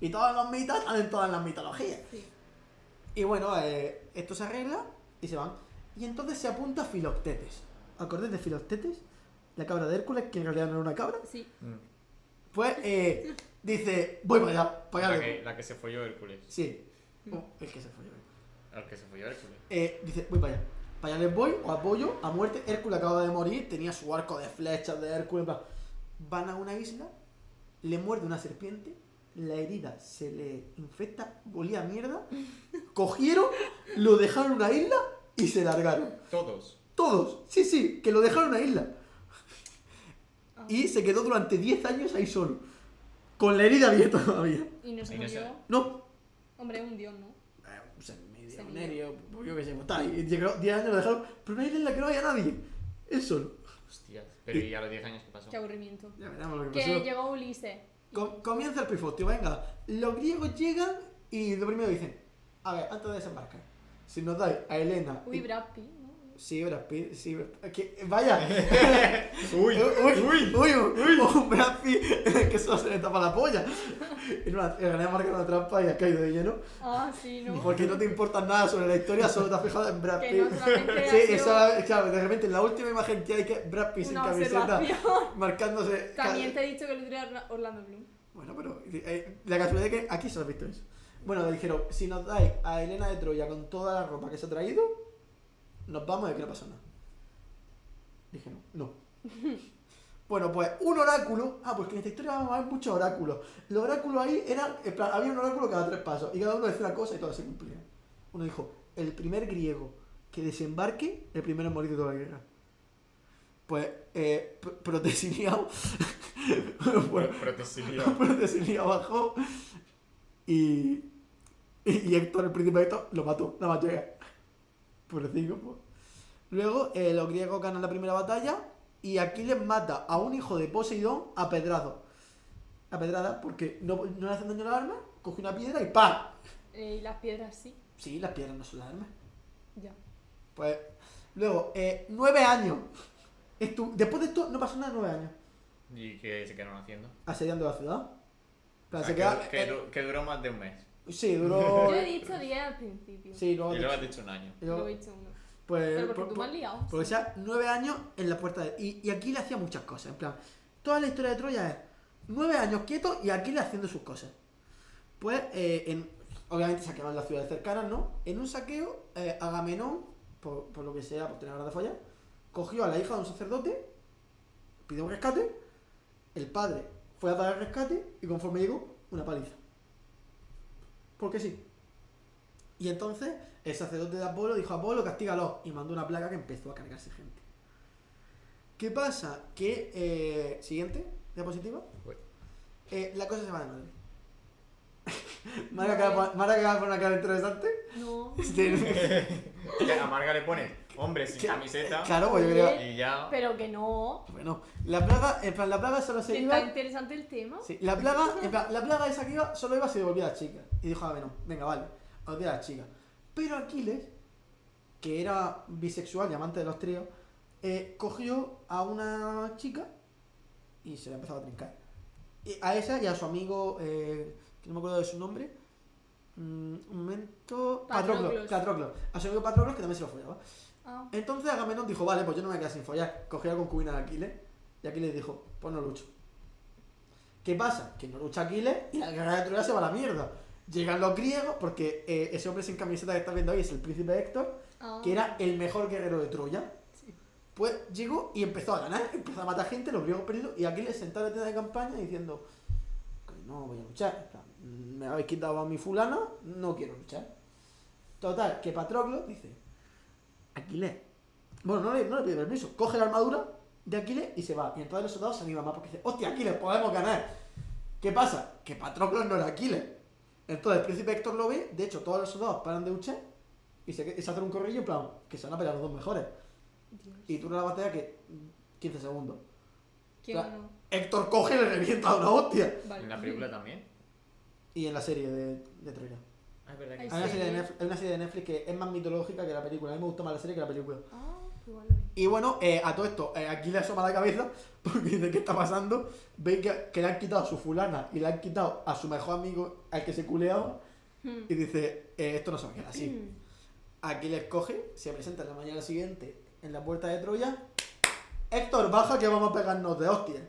Speaker 1: Y todos los mitos están en todas las mitologías.
Speaker 3: Sí.
Speaker 1: Y bueno, eh, esto se arregla y se van. Y entonces se apunta a Filoctetes. ¿Acordáis de Filoctetes? La cabra de Hércules, que en realidad no era una cabra.
Speaker 3: Sí.
Speaker 4: Mm.
Speaker 1: Pues eh, dice, voy para allá, para
Speaker 4: la
Speaker 1: allá.
Speaker 4: que,
Speaker 1: Hércules".
Speaker 4: la que se folló Hércules.
Speaker 1: Sí. Oh, el que se fue.
Speaker 4: La que se folló Hércules.
Speaker 1: Eh, dice, voy para allá. Para allá les voy, os apoyo, a muerte. Hércules acaba de morir, tenía su arco de flechas de Hércules. bla. Van a una isla, le muerde una serpiente, la herida se le infecta, volía a mierda. Cogieron, lo dejaron en una isla y se largaron.
Speaker 4: Todos.
Speaker 1: Todos, sí, sí, que lo dejaron a isla.
Speaker 3: Ah.
Speaker 1: Y se quedó durante 10 años ahí solo. Con la herida abierta todavía.
Speaker 3: Y no se
Speaker 4: Ahí no se-
Speaker 3: murió.
Speaker 1: No.
Speaker 3: Hombre, un dios, ¿no?
Speaker 1: Eh, o sea, medio
Speaker 3: Se
Speaker 1: venerio, yo qué sé, pues está ahí. Llegó 10 años lo dejaron. Pero una isla en la que no había nadie. Él solo.
Speaker 4: Hostias. Pero ¿y a los 10 años qué pasó?
Speaker 3: Qué aburrimiento.
Speaker 1: Ya veremos lo que
Speaker 3: Que
Speaker 1: pasó.
Speaker 3: llegó Ulises.
Speaker 1: Com- comienza el pifostio, venga. Los griegos llegan y lo primero dicen: A ver, antes de desembarcar, si nos dais a Helena.
Speaker 3: Uy,
Speaker 1: y-
Speaker 3: Brad Pitt, ¿no?
Speaker 1: Sí, Brad Pitt, sí, Brad- que- Vaya.
Speaker 2: Uy,
Speaker 1: uy, uy, uy, un Brad Pitt que solo se le tapa la polla. Y no, en realidad marca una trampa y has caído de lleno.
Speaker 3: Ah, sí, ¿no?
Speaker 1: Porque no te importa nada sobre la historia, solo te has fijado en Brad
Speaker 3: Que
Speaker 1: Pitt.
Speaker 3: no solamente
Speaker 1: sí,
Speaker 3: ha sido
Speaker 1: esa- claro, de repente en la última imagen que hay que Brad Pitt sin
Speaker 3: una
Speaker 1: camiseta
Speaker 3: observación.
Speaker 1: marcándose. ca-
Speaker 3: También te he dicho que lo diría Orlando Bloom.
Speaker 1: Bueno, pero eh, la casualidad es que aquí solo has visto eso. Bueno, le dijeron, si nos dais a Elena de Troya con toda la ropa que se ha traído, nos vamos de que no pasó nada. Dije, no, no. bueno, pues un oráculo. Ah, pues que en esta historia vamos a ver muchos oráculos. Los oráculos ahí eran, en plan, había un oráculo cada tres pasos y cada uno decía una cosa y todo se cumplía. Uno dijo, el primer griego que desembarque, el primero en morir de toda la guerra. Pues, eh, Pro- Protesineao- bueno,
Speaker 2: Protesilia.
Speaker 1: pero te salí abajo y, y, y Héctor, el príncipe Héctor, lo mató, nada más llega. Pobrecito, pues. Luego, eh, los griegos ganan la primera batalla y Aquiles mata a un hijo de Poseidón a pedrado. A pedrada, porque no, no le hacen daño a la arma, coge una piedra y ¡pa!
Speaker 3: Eh, y las piedras sí.
Speaker 1: Sí, las piedras no son las armas.
Speaker 3: Ya.
Speaker 1: Pues, luego, eh, nueve años. Estu- Después de esto, no pasó nada nueve años.
Speaker 4: ¿Y qué se quedaron haciendo?
Speaker 1: Asediando la ciudad. Pero
Speaker 4: O
Speaker 1: se
Speaker 4: sea,
Speaker 1: queda-
Speaker 4: Ah, que, que du- que duró más de un mes.
Speaker 1: eh, sí, duró.
Speaker 3: Yo he dicho 10 al principio.
Speaker 1: Sí, luego.
Speaker 4: Y luego has dicho un año.
Speaker 1: Yo-
Speaker 3: Lo he dicho uno.
Speaker 1: pues,
Speaker 3: Pero
Speaker 1: por-
Speaker 3: porque tú me
Speaker 1: por-
Speaker 3: has liado.
Speaker 1: porque sea nueve años en la puerta de. Y, y aquí le hacía muchas cosas. En plan, toda la historia de Troya es nueve años quieto y aquí le haciendo sus cosas. Pues, eh, en- obviamente saqueaban las ciudades cercanas, ¿no? En un saqueo, eh, Agamenón, por, por lo que sea, por tener ganas de follar, cogió a la hija de un sacerdote, pidió un rescate, el padre fue a dar el rescate y conforme llegó, una paliza. Porque sí. Y entonces el sacerdote de Apolo dijo a Apolo, castígalo. Y mandó una plaga que empezó a cargarse gente. ¿Qué pasa? Que. eh, siguiente, diapositiva.
Speaker 2: Voy.
Speaker 1: Eh, la cosa se va de madre. Mara que va a pon- Mara que va a poner una cara interesante.
Speaker 3: No.
Speaker 1: Este,
Speaker 4: Que a Marga le pones hombre sin
Speaker 1: Claro,
Speaker 4: camiseta
Speaker 1: claro, pues yo creo.
Speaker 4: y ya.
Speaker 3: Pero que no.
Speaker 1: Bueno, la plaga, en plan, la plaga solo se
Speaker 3: Que
Speaker 1: iba.
Speaker 3: está interesante el tema.
Speaker 1: Sí, la plaga, en plan, la plaga esa que iba solo iba si devolvía a la chica. Y dijo, a ver, no, venga, vale, devolvía a la chica. Pero Aquiles, que era bisexual y amante de los tríos, eh, cogió a una chica y se la empezó a trincar. y a ella y a su amigo, eh, que no me acuerdo de su nombre. Mm, un momento. Patroclo.
Speaker 3: Patroclos.
Speaker 1: Patroclo. A su amigo Patroclo, que también se lo follaba.
Speaker 3: Ah,
Speaker 1: Entonces Agamenón dijo, vale, pues yo no me voy a quedar sin follar. Cogió la concubina de Aquiles y Aquiles dijo, pues no lucho. ¿Qué pasa? Que no lucha Aquiles y la guerra de Troya se va a la mierda. Llegan los griegos, porque eh, ese hombre sin camiseta que estás viendo ahí es el príncipe Héctor,
Speaker 3: ah.
Speaker 1: que era el mejor guerrero de Troya.
Speaker 3: Sí.
Speaker 1: Pues llegó y empezó a ganar, empezó a matar gente, los griegos perdidos, y Aquiles sentado en la tienda de campaña diciendo, que no voy a luchar, en plan, "Mm, me habéis quitado a mi fulano, no quiero luchar. Total, que Patroclo dice, Aquiles, bueno, no le, no le pide permiso, coge la armadura de Aquiles y se va. Y entonces los soldados se animan más porque dicen, hostia, Aquiles, podemos ganar. ¿Qué pasa? Que Patroclo no era Aquiles. Entonces el príncipe Héctor lo ve, de hecho todos los soldados paran de luchar y se, y se hacen un corrillo en plan, que se van a pelear los dos mejores.
Speaker 3: Dios.
Speaker 1: Y tú no la batalla que 15 segundos.
Speaker 3: ¿Quién
Speaker 1: Claro.
Speaker 3: ganó?
Speaker 1: Héctor coge y le revienta una hostia.
Speaker 3: Vale.
Speaker 4: En la película también.
Speaker 1: Y en la serie de, de Troya.
Speaker 4: Ah, es verdad
Speaker 1: Hay
Speaker 3: Ahí
Speaker 4: que
Speaker 3: sí.
Speaker 1: una, serie de Netflix, hay una serie de Netflix que es más mitológica que la película. A mí me gusta más la serie que la película.
Speaker 3: Ah, igual lo vi.
Speaker 1: Y bueno, eh, a todo esto, eh, aquí le asoma la cabeza porque dice, ¿qué está pasando? Ve que, que le han quitado a su fulana y le han quitado a su mejor amigo al que se culeaba.
Speaker 3: Hmm.
Speaker 1: Y dice, eh, esto no se va a quedar así. Aquí les coge, se presenta en la mañana siguiente en la puerta de Troya. Héctor, baja que vamos a pegarnos de hostia.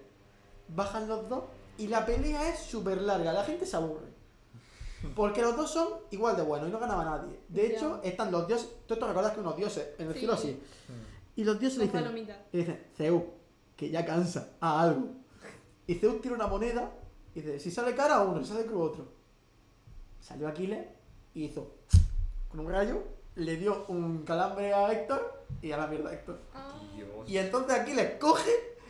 Speaker 1: Bajan los dos y la pelea es súper larga, la gente se aburre. Porque los dos son igual de buenos y no ganaba nadie. De
Speaker 3: Ya.
Speaker 1: hecho, están los dioses. Tú te recordás que unos dioses en el
Speaker 3: Sí.
Speaker 1: cielo así.
Speaker 4: Mm,
Speaker 1: Y los dioses le
Speaker 3: Con
Speaker 1: dicen,
Speaker 3: palomita.
Speaker 1: y dicen, Zeus, que ya cansa, a algo. Y Zeus tira una moneda y dice, si sale cara uno, si sale cruz otro. Salió Aquiles y hizo con un rayo, le dio un calambre a Héctor y a la mierda a Héctor.
Speaker 3: Ah,
Speaker 2: Dios.
Speaker 1: Y entonces Aquiles coge,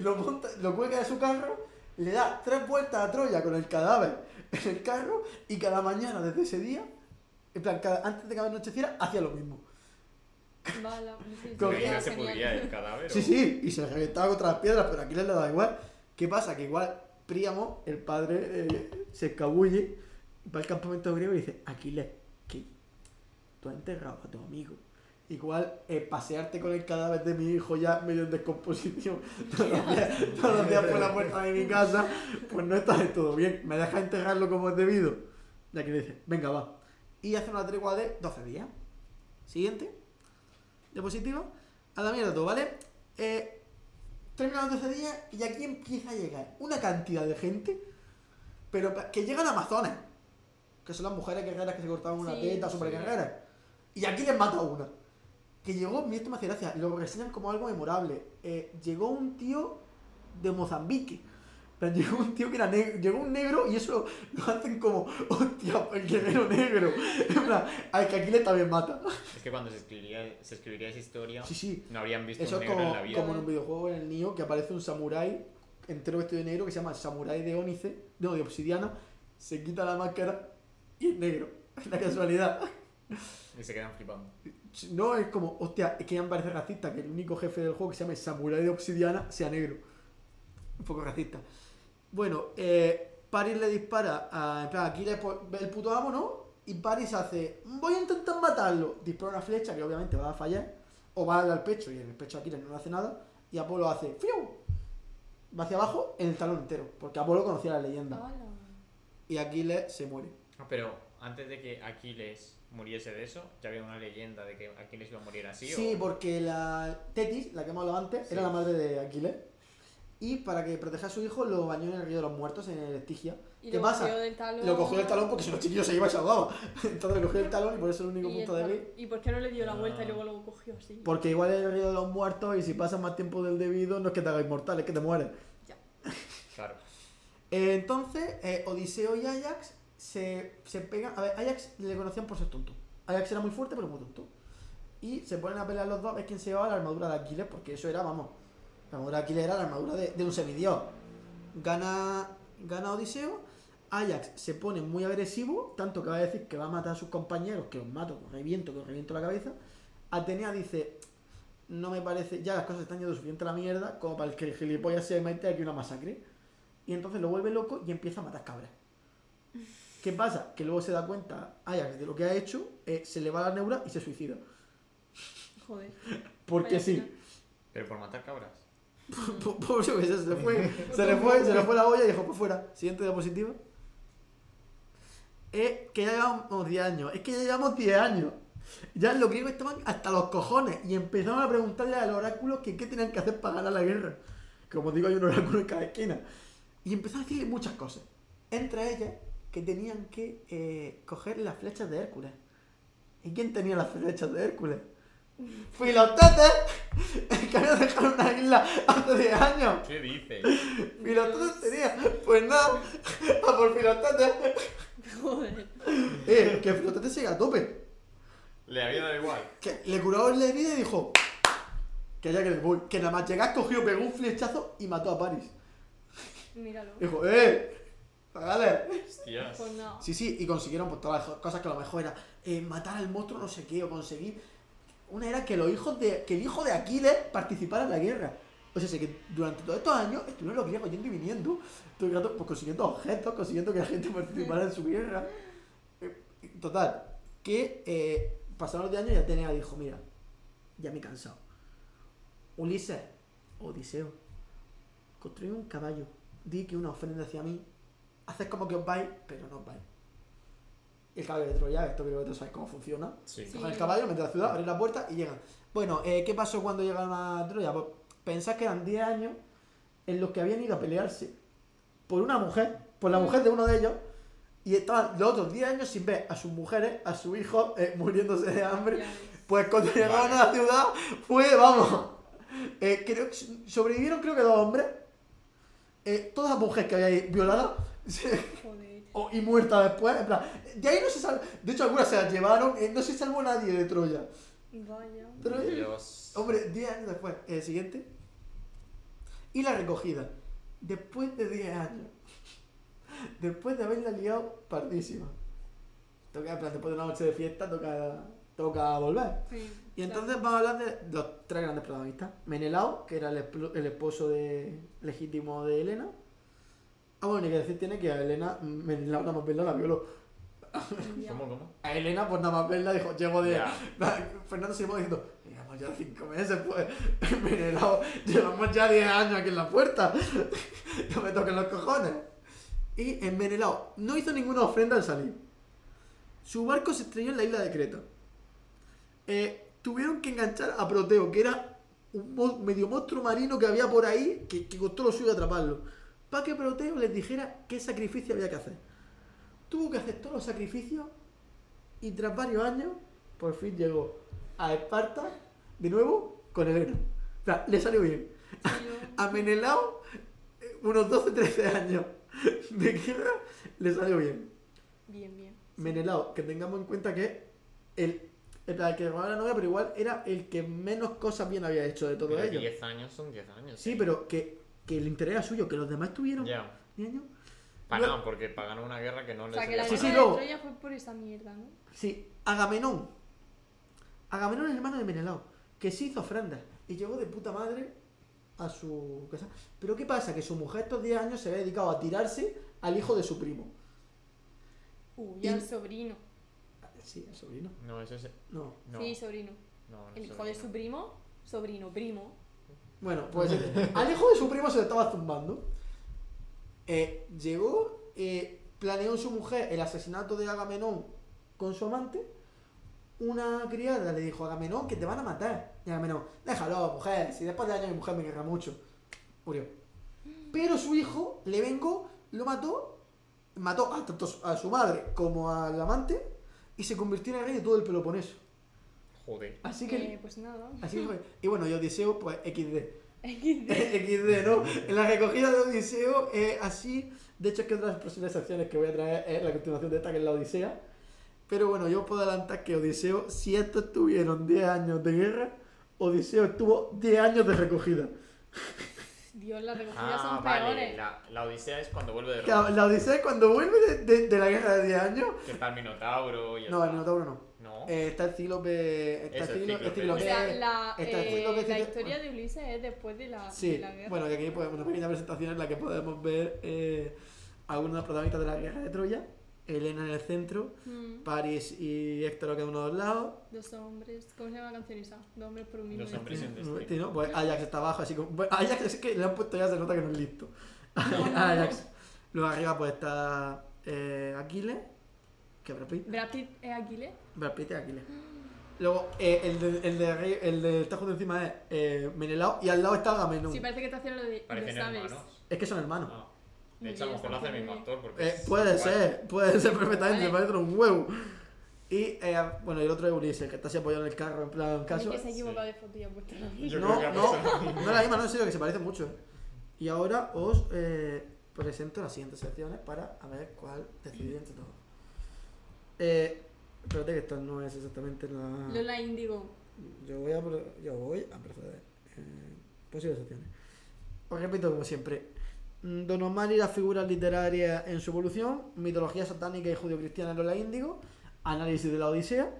Speaker 1: lo, monta, lo cuelga de su carro, le da tres vueltas a Troya con el cadáver en el carro y cada mañana desde ese día, en plan, cada- antes de que anocheciera, hacía lo mismo.
Speaker 3: vale. Sí,
Speaker 1: Con-
Speaker 3: sí, sí,
Speaker 1: Pero
Speaker 4: no
Speaker 3: genial.
Speaker 4: se pudría el cadáver.
Speaker 1: Sí,
Speaker 4: o-
Speaker 1: sí, y se reventaba contra las piedras, pero a Aquiles le da igual. ¿Qué pasa? Que igual Príamo, el padre, eh, se escabulle, va al campamento griego y dice, Aquiles, que tú has enterrado a tu amigo. Igual eh, pasearte con el cadáver de mi hijo ya medio en descomposición todos los días, todos los días por la puerta de mi casa, pues no está del todo bien. Me deja enterrarlo como es debido. Y Aquiles dice, venga, va. Y hace una tregua de 12 días. Siguiente. Diapositiva. A la mierda todo, ¿vale? Eh, terminan los 12 días y aquí empieza a llegar una cantidad de gente, pero pa- que llegan amazonas, que son las mujeres guerreras que se cortaban una
Speaker 3: Sí.
Speaker 1: teta, super guerreras. Y aquí les mata una. Que llegó, mira, esto me hace gracia, lo reseñan como algo memorable. Eh, llegó un tío de Mozambique. Pero llegó un tío que era negro, llegó un negro y eso lo, lo hacen como, hostia, el guerrero negro. En plan, al que aquí le también mata.
Speaker 4: Es que cuando se escribiría, se escribiría esa historia,
Speaker 1: Sí, sí.
Speaker 4: no habrían visto
Speaker 1: Eso
Speaker 4: un
Speaker 1: es
Speaker 4: negro en
Speaker 1: como,
Speaker 4: la vida.
Speaker 1: como en un videojuego en el Nioh que aparece un samurái entero vestido de negro que se llama Samurái de Ónice, no, de Obsidiana, se quita la máscara y es negro. La casualidad.
Speaker 4: Y se quedan flipando.
Speaker 1: No es como, hostia, es que ya me parece racista que el único jefe del juego que se llame Samurái de Obsidiana sea negro. Un poco racista. Bueno, eh, Paris le dispara a. En plan, aquí le po- ve el puto amo, ¿no? Y Paris hace, voy a intentar matarlo. Dispara una flecha que obviamente va a fallar. O va a darle al pecho y en el pecho de Aquiles no le hace nada. Y Apolo hace, ¡fiu! Va hacia abajo en el talón entero. Porque Apolo conocía la leyenda.
Speaker 3: Ala.
Speaker 1: Y Aquiles se muere.
Speaker 4: Ah, Pero antes de que Aquiles muriese de eso, ya había una leyenda de que Aquiles iba a morir así.
Speaker 1: Sí,
Speaker 4: o...
Speaker 1: porque la Tetis, la que hemos hablado antes,
Speaker 4: Sí.
Speaker 1: era la madre de Aquiles. Y para que proteja a su hijo, lo bañó en el río de los muertos, en el Estigia.
Speaker 3: Y
Speaker 1: ¿Qué
Speaker 3: lo
Speaker 1: pasa?
Speaker 3: cogió del talón.
Speaker 1: Lo cogió del talón porque si los chiquillos se iba y se ahogaba. Entonces le cogió el talón y por eso es el único
Speaker 3: y, el
Speaker 1: punto débil.
Speaker 3: tal- ¿Y por qué no le dio la vuelta y
Speaker 4: Ah.
Speaker 3: luego lo cogió así?
Speaker 1: Porque igual es el río de los muertos y si pasas más tiempo del debido, no es que te haga inmortal, es que te mueres.
Speaker 4: Claro.
Speaker 1: Eh, entonces, eh, Odiseo y Ajax se, se pegan. A ver, Ajax le conocían por ser tonto. Ajax era muy fuerte, pero muy tonto. Y se ponen a pelear los dos a ver quién se llevaba la armadura de Aquiles, porque eso era, vamos. La armadura de Aquiles era la armadura de, de un semidios. Gana, gana Odiseo. Ajax se pone muy agresivo, tanto que va a decir que va a matar a sus compañeros, que los mato, que os reviento, que os reviento la cabeza. Atenea dice: No me parece, ya las cosas están yendo suficiente a la mierda, como para que el gilipollas se meta aquí una masacre. Y entonces lo vuelve loco y empieza a matar cabras. ¿Qué pasa? Que luego se da cuenta Ajax de lo que ha hecho, eh, se le va la neura y se suicida.
Speaker 3: Joder.
Speaker 1: Porque
Speaker 3: Vaya
Speaker 1: sí.
Speaker 3: final.
Speaker 4: Pero por matar cabras.
Speaker 1: Pobre que se le fue. Se le fue, se le fue la olla y dijo, pues fuera. Siguiente diapositiva. Es que ya llevamos 10 años. Es que ya llevamos 10 años. Ya los griegos estaban hasta los cojones y empezaron a preguntarle al oráculo que qué tenían que hacer para ganar la guerra. Como digo, hay un oráculo en cada esquina. Y empezaron a decirle muchas cosas. Entre ellas, que tenían que eh, coger las flechas de Hércules. ¿Y quién tenía las flechas de Hércules? ¡Filotetes! Que había dejado una isla hace 10 años.
Speaker 4: ¿Qué dices?
Speaker 1: Filotetes tenía. Pues nada, a por Filotetes.
Speaker 3: Joder.
Speaker 1: Eh, que Filotetes sigue a tope.
Speaker 2: Le había dado igual.
Speaker 1: Que le curó la herida y dijo que ya que, el bull- que nada más llegar cogió, pegó un flechazo y mató a Paris.
Speaker 3: Míralo.
Speaker 1: Dijo, ¡eh! ¡Pagale!
Speaker 2: Hostias.
Speaker 3: Pues no.
Speaker 1: Sí, sí, y consiguieron pues, todas las cosas que a lo mejor era eh, matar al monstruo no sé qué o conseguir. Una era que los hijos de. que el hijo de Aquiles participara en la guerra. O sea, sé que durante todos estos años estuvieron los griegos yendo y viniendo, todo el rato, pues, consiguiendo objetos, consiguiendo que la gente participara en su guerra. Eh, Total, que eh, pasaron los 10 años y Atenea dijo, mira, ya me he cansado. Ulises, Odiseo, construí un caballo, di que una ofrenda hacia mí, haces como que os vais, pero no os vais. Y el caballo de Troya, esto creo que todos sabéis cómo funciona.
Speaker 2: Sí.
Speaker 3: Sí.
Speaker 1: Cogen el caballo, lo meten a la ciudad, abren la puerta y llegan. Bueno, eh, ¿qué pasó cuando llegaron a Troya? Pues pensad que eran 10 años en los que habían ido a pelearse por una mujer, por la mujer de uno de ellos, y estaban los otros 10 años sin ver a sus mujeres, a sus hijos eh, muriéndose de hambre.
Speaker 3: Ya ves.
Speaker 1: Pues cuando llegaron a la ciudad fue, vamos, eh, creo que so- sobrevivieron creo que dos hombres, eh, todas las mujeres que había ahí violadas
Speaker 3: Joder.
Speaker 1: o- y muertas después, en plan, de ahí no se salvó, de hecho algunas se las llevaron, eh, no se salvó nadie de Troya.
Speaker 3: Vaya.
Speaker 1: Troya-
Speaker 2: Dios.
Speaker 1: Hombre, 10 años después. El siguiente. Y la recogida. Después de 10 años. Después de haberla liado pardísima. Toca, en plan, después de una noche de fiesta, toca, toca volver.
Speaker 3: Sí,
Speaker 1: Y
Speaker 3: claro.
Speaker 1: entonces vamos a hablar de los tres grandes protagonistas. Menelao, que era el, esplo- el esposo de, legítimo de Helena. Ah, bueno, ni que decir tiene que a Helena, Menelao nada más verla, la violó.
Speaker 3: Ya.
Speaker 4: ¿Cómo, cómo?
Speaker 1: A Helena, pues nada más verla, dijo, llevo de...
Speaker 2: Ya.
Speaker 1: Fernando se diciendo, llevamos ya cinco meses, pues, Menelao, llevamos ya 10 años aquí en la puerta. No me toquen los cojones. Y en Menelao no hizo ninguna ofrenda al salir. Su barco se estrelló en la isla de Creta. Eh, tuvieron que enganchar a Proteo, que era un mo- medio monstruo marino que había por ahí, que, que costó lo suyo atraparlo, para que Proteo les dijera qué sacrificio había que hacer. Tuvo que hacer todos los sacrificios y tras varios años, por fin llegó a Esparta de nuevo con Helena. O sea, le salió bien.
Speaker 3: Sí, yo-
Speaker 1: A Menelao, eh, unos 12-13 años de guerra, le salió bien.
Speaker 3: Bien, bien.
Speaker 1: Menelao, que tengamos en cuenta que el, era el que robaba la novia, pero igual era el que menos cosas bien había hecho de todo
Speaker 4: Pero
Speaker 1: ello.
Speaker 4: 10 años son 10 años. ¿eh?
Speaker 1: Sí, pero que, que el interés era suyo, que los demás tuvieron.
Speaker 4: Ya.
Speaker 1: ¿Diez años?
Speaker 4: Pagaban porque pagaron una guerra que no
Speaker 3: O
Speaker 4: les
Speaker 3: sea, que la
Speaker 1: Sí,
Speaker 3: guerra
Speaker 1: sí,
Speaker 3: de
Speaker 1: luego.
Speaker 3: Troya fue por esa mierda, ¿no?
Speaker 1: Sí, Agamenón. Agamenón es el hermano de Menelao, que sí hizo ofrendas y llegó de puta madre a su casa. Pero ¿qué pasa? Que su mujer estos 10 años se había dedicado a tirarse al hijo de su primo.
Speaker 3: Uy,
Speaker 1: Y-
Speaker 3: al sobrino.
Speaker 1: Ah, Sí, el sobrino.
Speaker 4: No, eso es...
Speaker 1: No.
Speaker 4: No,
Speaker 3: Sí, sobrino.
Speaker 4: no, no
Speaker 3: El
Speaker 4: sé
Speaker 3: hijo de
Speaker 4: qué.
Speaker 3: su primo. Sobrino, primo.
Speaker 1: Bueno, pues eh, al hijo de su primo se le estaba zumbando. Eh, llegó, eh, planeó en su mujer el asesinato de Agamenón con su amante. Una criada le dijo a Agamenón que te van a matar. Y Agamenón, déjalo, mujer, si después de años mi mujer me querrá mucho. Murió. Pero su hijo le vengó, lo mató, mató a tanto a su madre como al amante y se convirtió en el rey de todo el Peloponeso.
Speaker 4: Joder.
Speaker 1: Así que...
Speaker 3: Eh, pues nada.
Speaker 1: Así fue. Y bueno, yo Odiseo, pues XD.
Speaker 3: XD.
Speaker 1: XD, ¿no? En la recogida de Odiseo, eh, así. De hecho, es que otra de las próximas acciones que voy a traer es la continuación de esta, que es la Odisea. Pero bueno, yo os puedo adelantar que Odiseo, si estos tuvieron 10 años de guerra, Odiseo estuvo 10 años de recogida.
Speaker 3: Dios, las recogidas
Speaker 4: Ah,
Speaker 3: son
Speaker 4: vale.
Speaker 3: peores.
Speaker 4: La, la odisea es cuando vuelve de
Speaker 1: Claro,
Speaker 4: Roma.
Speaker 1: La Odisea es cuando vuelve de, de- de la guerra de 10 años.
Speaker 4: Que está el Minotauro y el...
Speaker 1: No, el Minotauro no.
Speaker 4: No.
Speaker 1: Eh, está el Cíclope. Está
Speaker 4: Eso,
Speaker 1: el
Speaker 4: el
Speaker 1: Cíclope.
Speaker 4: Cíclope.
Speaker 1: Cíclope,
Speaker 3: O sea, la,
Speaker 1: está el
Speaker 3: eh,
Speaker 1: Cíclope,
Speaker 3: la
Speaker 1: Cíclope-
Speaker 3: historia de Ulises es después de la, de
Speaker 1: Sí,
Speaker 3: la guerra.
Speaker 1: bueno, y aquí pues, una pequeña presentación en la que podemos ver eh, algunos de los protagonistas de la guerra de Troya. Elena en el centro,
Speaker 3: Mm,
Speaker 1: Paris y Héctor a cada uno de los lados.
Speaker 3: Dos hombres. ¿Cómo se llama la canción esa? Dos hombres por un mismo.
Speaker 4: Dos hombres
Speaker 3: destino.
Speaker 4: en destino.
Speaker 1: No, pues Ajax está abajo, así como. bueno, Ajax es que le han puesto ya, se nota que no es listo. Ajax. Luego arriba pues está eh, Aquiles, que Brad Pitt.
Speaker 3: Brad Pitt es Aquiles.
Speaker 1: Brad Pitt es Aquiles. Luego eh, el, de, el, de, arri- el del tajo de encima es eh, Menelao y al lado está Agamenón.
Speaker 3: Sí, parece que te hacían lo de.
Speaker 4: Parecen
Speaker 3: lo sabes.
Speaker 4: hermanos.
Speaker 1: Es que son hermanos.
Speaker 4: Ah.
Speaker 3: Muy
Speaker 4: De hecho, a lo
Speaker 3: bien,
Speaker 4: mejor lo hace el mismo
Speaker 3: muy bien.
Speaker 4: actor. Porque
Speaker 1: Eh,
Speaker 4: es
Speaker 1: puede
Speaker 4: igual.
Speaker 1: ser, puede ser perfectamente,
Speaker 3: Vale.
Speaker 1: parece un huevo. Y eh, bueno, y el otro es Ulises, que está así apoyado en el carro, en plan
Speaker 3: Ni
Speaker 1: caso.
Speaker 3: que se ha equivocado de foto y ha puesto la misma.
Speaker 2: Yo
Speaker 1: no,
Speaker 2: creo que ha
Speaker 1: no,
Speaker 2: pasado.
Speaker 1: no es la misma, no, en serio, que se parecen mucho. eh. Y ahora os eh, presento las siguientes secciones para a ver cuál decidir entre todos. Eh, espérate que esta no es exactamente la...
Speaker 3: Lola Indigo.
Speaker 1: Yo voy a, pro- yo voy a proceder. Eh, posibles secciones. Os repito como siempre. Mm, Don Omar y las figuras literarias en su evolución, mitología satánica y judio-cristiana en Lola Índigo, análisis de la Odisea,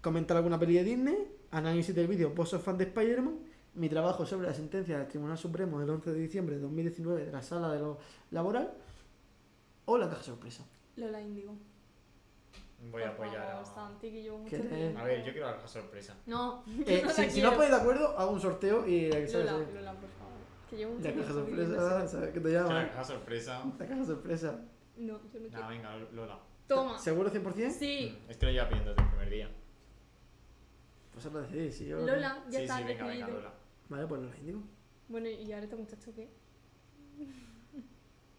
Speaker 1: comentar alguna peli de Disney, análisis del vídeo Vos sos fan de Spider-Man, mi trabajo sobre la sentencia del Tribunal Supremo del 11 de diciembre de 2019 de la sala de lo laboral o la caja sorpresa.
Speaker 3: Lola Indigo.
Speaker 4: Voy a apoyar a.
Speaker 3: Santi, que yo mucho
Speaker 1: ¿Qué te-
Speaker 3: tiempo.
Speaker 4: A ver, yo quiero la sorpresa.
Speaker 3: No,
Speaker 1: Eh,
Speaker 3: yo
Speaker 1: si,
Speaker 3: no la
Speaker 1: si no os
Speaker 3: quiero.
Speaker 1: ponéis de acuerdo, hago un sorteo y la que salga,
Speaker 3: Lola,
Speaker 1: sabe.
Speaker 3: Lola, por favor. Que llevo mucho
Speaker 1: La caja
Speaker 3: tiempo
Speaker 1: sorpresa,
Speaker 3: viviendo
Speaker 1: ¿sabes qué te
Speaker 2: Yo
Speaker 1: llama?
Speaker 2: La caja sorpresa.
Speaker 1: La caja sorpresa.
Speaker 3: esa- No, yo no
Speaker 4: Nada,
Speaker 3: quiero.
Speaker 4: venga, Lola.
Speaker 3: Toma.
Speaker 1: ¿Seguro 100%?
Speaker 3: Sí.
Speaker 4: Es que lo lleva Mm, pidiendo desde el primer día.
Speaker 1: Pues ahora decidís. Si yo...
Speaker 3: Lola, ya
Speaker 4: Sí,
Speaker 3: está
Speaker 4: sí, venga, venga,
Speaker 3: decidido.
Speaker 4: Lola.
Speaker 1: Vale, pues Lola Índigo.
Speaker 3: Bueno, ¿y ahora este muchacho qué?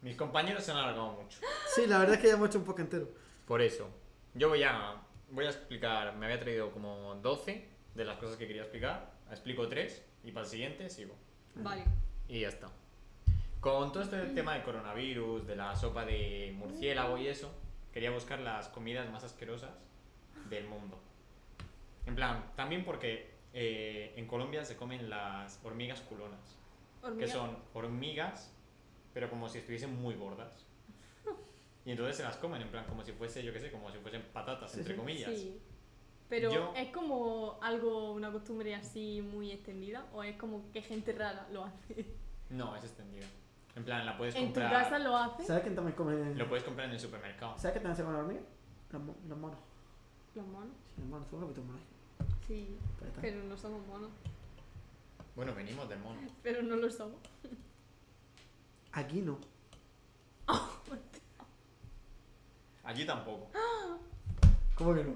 Speaker 4: Mis compañeros se han alargado mucho.
Speaker 1: Sí, la verdad es que ya hemos hecho un poco entero.
Speaker 4: Por eso, yo voy a, voy a explicar, me había traído como 12 de las cosas que quería explicar, explico 3 y para el siguiente sigo.
Speaker 3: Vale.
Speaker 4: Y ya está. Con todo este tema del coronavirus, de la sopa de murciélago y eso, quería buscar las comidas más asquerosas del mundo. En plan, también porque eh, en Colombia se comen las hormigas culonas, que
Speaker 3: Hormiga.
Speaker 4: son hormigas, pero como si estuviesen muy gordas. Y entonces se las comen, en plan, como si fuese, yo qué sé, como si fuesen patatas,
Speaker 1: Sí,
Speaker 4: entre
Speaker 1: sí.
Speaker 4: comillas.
Speaker 3: Sí. Pero
Speaker 4: Yo-
Speaker 3: es como algo, una costumbre así muy extendida o es como que gente rara lo hace.
Speaker 4: No, es extendida. En plan, la puedes
Speaker 3: ¿En tu
Speaker 4: comprar.
Speaker 3: casa lo hace?
Speaker 1: ¿Sabes quién también come?
Speaker 4: Lo puedes comprar en el supermercado.
Speaker 1: ¿Sabes qué también se come la hormiga? Los, mo- los monos.
Speaker 3: Los monos.
Speaker 1: Sí, los monos, son los que tú monos.
Speaker 3: Sí.
Speaker 1: Pues ya está.
Speaker 3: Pero no somos monos.
Speaker 4: Bueno, venimos del mono.
Speaker 3: Pero no lo somos.
Speaker 1: Aquí no.
Speaker 4: Allí tampoco.
Speaker 1: ¿Cómo que no?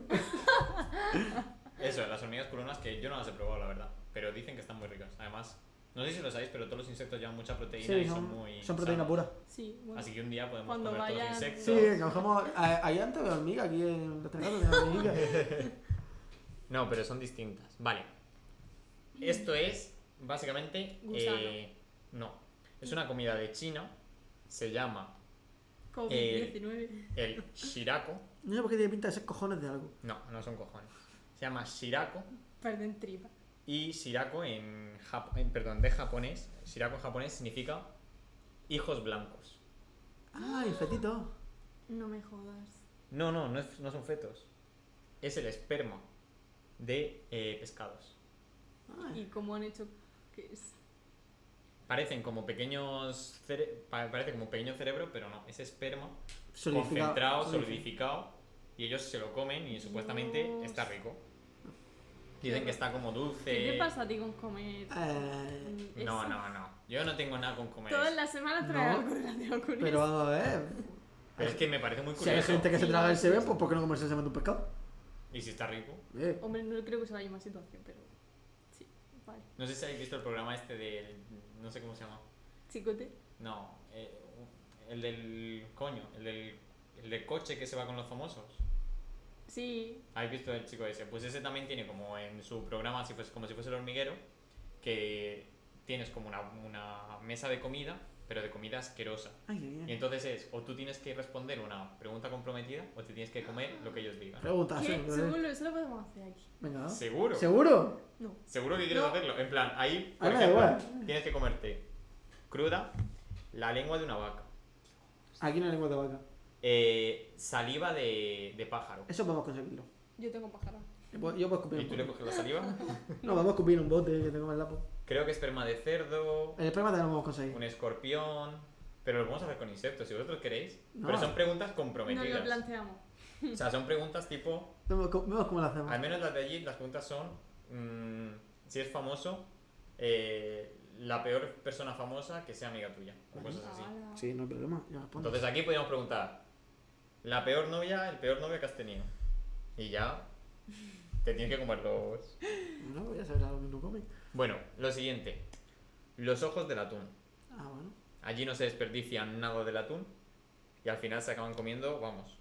Speaker 4: Eso, las hormigas culonas que yo no las he probado, la verdad. Pero dicen que están muy ricas. Además, no sé si lo sabéis, pero todos los insectos llevan mucha proteína y
Speaker 1: Sí,
Speaker 4: son,
Speaker 1: son,
Speaker 4: muy.
Speaker 1: son proteína
Speaker 4: sanos.
Speaker 1: pura.
Speaker 3: Sí, bueno.
Speaker 4: Así que un día podemos
Speaker 3: Cuando
Speaker 4: comer
Speaker 3: vayan-
Speaker 4: todos los
Speaker 1: Sí,
Speaker 4: insectos.
Speaker 1: que cogemos. a- Ahí antes de hormiga, aquí en los terrenos de hormiga.
Speaker 4: No, pero son distintas. Vale. Esto es básicamente.
Speaker 3: Gusano.
Speaker 4: eh, no. Es una comida de China. Se llama
Speaker 3: COVID-19.
Speaker 4: el shirako.
Speaker 1: No sé por qué tiene pinta de ser cojones de algo.
Speaker 4: No, no son cojones. Se llama shirako.
Speaker 3: Perden tripa.
Speaker 4: Y shirako en, jap- en- perdón, de japonés. Shirako en japonés significa hijos blancos.
Speaker 1: ¡Ay, fetito!
Speaker 3: No me jodas.
Speaker 4: No, no, no, es- no son fetos. Es el esperma de eh, pescados.
Speaker 1: Ay.
Speaker 4: Ah.
Speaker 3: ¿Y cómo han hecho que es?
Speaker 4: Parecen como pequeños cere- pa- parece como pequeño cerebro, pero no, es esperma
Speaker 1: Solidificado.
Speaker 4: concentrado,
Speaker 1: solidificado.
Speaker 4: solidificado y ellos se lo comen y supuestamente
Speaker 3: Dios.
Speaker 4: está rico. Dicen que está como dulce.
Speaker 3: ¿Qué te pasa a ti con comer?
Speaker 1: Este, Eh,
Speaker 3: Mm,
Speaker 4: No,
Speaker 3: eso?
Speaker 4: no, no. Yo no tengo nada con comer.
Speaker 3: Todas
Speaker 4: eso.
Speaker 3: las semanas traes
Speaker 1: No.
Speaker 3: algo relacionado con
Speaker 1: pero
Speaker 3: eso.
Speaker 1: vamos a ver.
Speaker 4: Pero es que me parece muy
Speaker 1: Si hay
Speaker 4: curioso.
Speaker 1: gente que se traga el
Speaker 3: Sí,
Speaker 1: semen,
Speaker 3: sí,
Speaker 1: pues
Speaker 3: sí.
Speaker 1: ¿por qué no comerse el semen de un pescado?
Speaker 4: Y si está rico.
Speaker 1: Eh,
Speaker 3: Hombre, no creo que se vaya más situación, pero. Sí, vale.
Speaker 4: No sé si habéis visto el programa este del. No sé cómo se llama.
Speaker 3: Chicote.
Speaker 4: No, eh, el del. Coño, el del. El del coche que se va con los famosos.
Speaker 3: Sí,
Speaker 4: ¿Habéis visto el chico ese? Pues ese también tiene como en su programa, si fuese, como si fuese el hormiguero, que tienes como una, una mesa de comida, pero de comida asquerosa.
Speaker 1: Ay, qué
Speaker 4: Y
Speaker 1: bien.
Speaker 4: entonces es, o tú tienes que responder una pregunta comprometida, o te tienes que comer lo que ellos digan.
Speaker 1: Pregunta, sí,
Speaker 3: ¿Qué?
Speaker 1: eh.
Speaker 3: Seguro, eso lo podemos hacer aquí.
Speaker 1: Venga, va.
Speaker 4: ¿Seguro?
Speaker 1: ¿Seguro?
Speaker 3: No.
Speaker 4: Seguro que quieres
Speaker 3: No.
Speaker 4: hacerlo. En plan, ahí
Speaker 1: A mí me da igual.
Speaker 4: tienes que comerte cruda la lengua de una vaca,
Speaker 1: Aquí no hay lengua de vaca.
Speaker 4: eh, saliva de, de pájaro.
Speaker 1: Eso podemos conseguirlo.
Speaker 3: Yo tengo pájaro.
Speaker 1: Yo puedo, yo puedo escupir
Speaker 4: Y
Speaker 1: un
Speaker 4: tú le
Speaker 1: bote.
Speaker 4: coges la saliva.
Speaker 1: No, vamos a escupir un bote que tengo en el lapo.
Speaker 4: Creo que esperma de cerdo,
Speaker 1: El esperma también lo vamos a conseguir.
Speaker 4: un escorpión, Pero lo vamos a hacer con insectos, si vosotros queréis.
Speaker 1: No.
Speaker 4: Pero son preguntas
Speaker 3: Nos
Speaker 4: comprometidas.
Speaker 3: lo planteamos.
Speaker 4: o sea, son preguntas tipo.
Speaker 1: Vemos cómo- vemos cómo lo hacemos.
Speaker 4: Al menos las de allí, las preguntas son. mm, si es famoso, eh, la peor persona famosa que sea amiga tuya. O cosas así.
Speaker 3: Ala.
Speaker 1: Sí, no hay problema. Yo respondo.
Speaker 4: Entonces aquí podríamos preguntar. La peor novia, el peor novio que has tenido. Y ya. Te tienes que comer los.
Speaker 1: No voy a saber algo que no come.
Speaker 4: Bueno, lo siguiente. Los ojos del atún.
Speaker 1: Ah, bueno.
Speaker 4: Allí no se desperdician nada del atún y al final se acaban comiendo, vamos,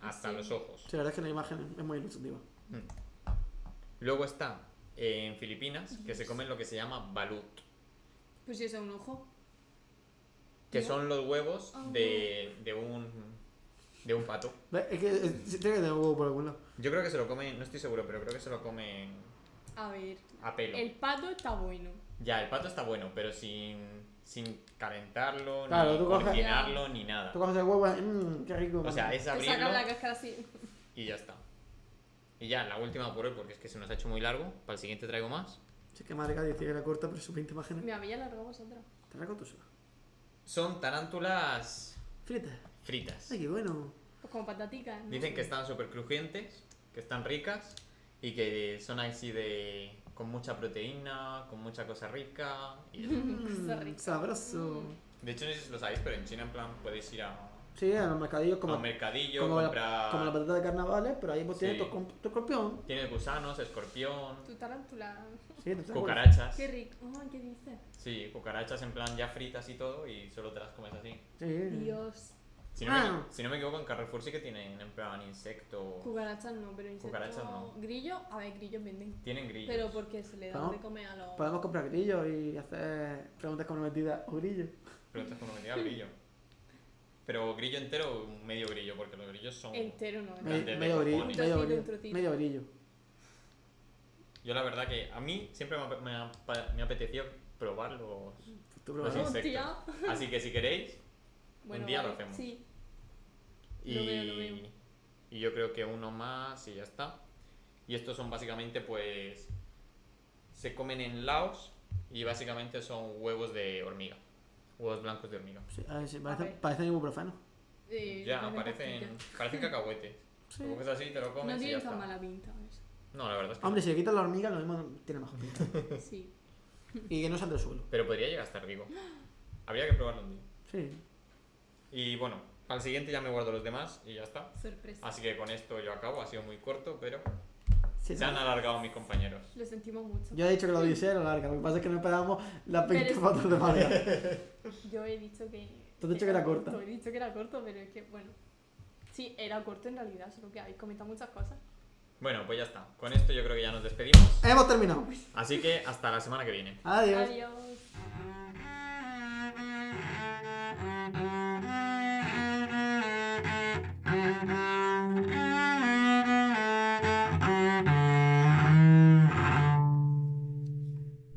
Speaker 4: hasta
Speaker 3: Sí.
Speaker 4: los ojos. Mm.
Speaker 1: Sí, la verdad es que la imagen es muy ilustrativa.
Speaker 4: Luego está eh, en Filipinas que se comen lo que se llama balut,
Speaker 3: Pues si eso es un ojo.
Speaker 4: que
Speaker 3: ¿Ya?
Speaker 4: son los huevos
Speaker 3: Ah.
Speaker 4: de, de un de un pato.
Speaker 1: Ve, Es que es- sí, tiene que tener huevo por algún lado.
Speaker 4: Yo creo que se lo comen, no estoy seguro, pero creo que se lo comen
Speaker 3: A ver.
Speaker 4: a pelo.
Speaker 3: El pato está bueno.
Speaker 4: Ya, el pato está bueno, pero sin, sin calentarlo,
Speaker 1: Claro,
Speaker 4: ni
Speaker 1: tú coges-
Speaker 4: cocinarlo, ni nada.
Speaker 1: Tú coges el huevo y mmm, qué rico.
Speaker 4: O sea, es
Speaker 3: Te
Speaker 4: abrirlo.
Speaker 3: sacan la cáscara así.
Speaker 4: Y ya está. Y ya, la última por hoy, porque es que se nos ha hecho muy largo. Para el siguiente traigo más.
Speaker 1: Sí, que madre que decía que era corta, pero sus 20 imágenes.
Speaker 3: Mira, me ya largamos otra.
Speaker 1: Te la corto sola.
Speaker 4: Son tarántulas
Speaker 1: Frita.
Speaker 4: fritas.
Speaker 1: Ay, qué bueno.
Speaker 3: Pues como pataticas. ¿no?
Speaker 4: Dicen que están súper crujientes, que están ricas y que son así de... con mucha proteína, con mucha cosa rica. y eso.
Speaker 3: Cosa
Speaker 1: Mm,
Speaker 3: rica.
Speaker 1: sabroso.
Speaker 4: De hecho, no sé si lo sabéis, pero en China, en plan, podéis ir a,
Speaker 1: Sí, a los mercadillos
Speaker 4: a
Speaker 1: como,
Speaker 4: un mercadillo,
Speaker 1: como, la,
Speaker 4: comprar...
Speaker 1: como la patata de carnavales, pero ahí pues
Speaker 4: Sí.
Speaker 1: tienes tu, com- tu escorpión.
Speaker 4: Tiene gusanos, escorpión,
Speaker 3: Tu tarántula.
Speaker 1: Sí, te
Speaker 4: cucarachas.
Speaker 3: Qué rico. Ay, ¿qué dices?
Speaker 4: Sí, cucarachas en plan ya fritas y todo y solo te las comes así.
Speaker 1: Sí.
Speaker 3: Dios.
Speaker 4: Si no, me-
Speaker 1: Ah.
Speaker 4: si no me equivoco, en Carrefour sí que tienen en plan insectos.
Speaker 3: Cucarachas no, pero insectos.
Speaker 4: Cucarachas no.
Speaker 3: Grillo, a ver, grillos venden.
Speaker 4: Tienen grillos.
Speaker 3: Pero porque se le da
Speaker 1: Podemos-
Speaker 3: de comer a los.
Speaker 1: Podemos comprar grillos y hacer preguntas comprometidas o grillos.
Speaker 4: Preguntas como metida grillo. Pero grillo entero o medio grillo, porque los grillos son.
Speaker 3: Entero no.
Speaker 1: Me-
Speaker 3: ¿verdad?
Speaker 4: Grande de
Speaker 1: medio grillo.
Speaker 4: cojones.
Speaker 1: Medio
Speaker 3: Un trocito, un
Speaker 1: grillo.
Speaker 3: trocito.
Speaker 1: Medio grillo.
Speaker 4: Yo la verdad que a mí siempre me, ap- me, ap- me apeteció probarlos.
Speaker 1: Pues tú
Speaker 4: Los
Speaker 1: pruebas.
Speaker 3: sí.
Speaker 4: insectos.
Speaker 3: Hostia.
Speaker 4: Así que si queréis.
Speaker 3: Bueno,
Speaker 4: día lo
Speaker 3: vale,
Speaker 4: hacemos.
Speaker 3: Sí.
Speaker 4: Y,
Speaker 3: Lo veo, lo veo.
Speaker 4: y yo creo que uno más y ya está. Y estos son básicamente pues. Se comen en Laos y básicamente son huevos de hormiga. Huevos blancos de hormiga.
Speaker 1: Sí, a ver, sí,
Speaker 3: A
Speaker 1: parece,
Speaker 3: ver.
Speaker 1: parece ibuprofeno.
Speaker 3: Eh,
Speaker 4: Ya,
Speaker 3: venden
Speaker 4: parecen,
Speaker 3: pastillas.
Speaker 4: parecen cacahuetes.
Speaker 1: Sí.
Speaker 4: Lo coges así, te lo comes
Speaker 3: No
Speaker 4: y ya
Speaker 3: tienen
Speaker 4: está.
Speaker 3: tan mala pinta eso.
Speaker 4: No, la verdad es que
Speaker 1: Hombre,
Speaker 4: no.
Speaker 1: si le quitas la hormiga, lo mismo tiene mejor pinta.
Speaker 3: Sí.
Speaker 1: y que no sale del suelo.
Speaker 4: Pero podría llegar a estar rico. Habría que probarlo un día.
Speaker 1: Sí.
Speaker 4: Y bueno, al siguiente ya me guardo los demás y ya está.
Speaker 3: Sorpresa.
Speaker 4: Así que con esto yo acabo. Ha sido muy corto, pero
Speaker 1: sí
Speaker 4: se han alargado mis compañeros.
Speaker 3: Lo sentimos mucho.
Speaker 1: Yo he dicho que la odisea era larga, lo que pasa es que no esperábamos las 20
Speaker 3: Pero-
Speaker 1: fotos de María.
Speaker 3: Yo he dicho que.
Speaker 1: Tú has dicho que era corta.
Speaker 3: He dicho que era corto, pero es que, bueno. Sí, era corto en realidad, solo que habéis comentado muchas cosas.
Speaker 4: Bueno, pues ya está. Con esto yo creo que ya nos despedimos.
Speaker 1: Hemos terminado.
Speaker 4: Así que hasta la semana que viene.
Speaker 1: Adiós.
Speaker 3: Adiós.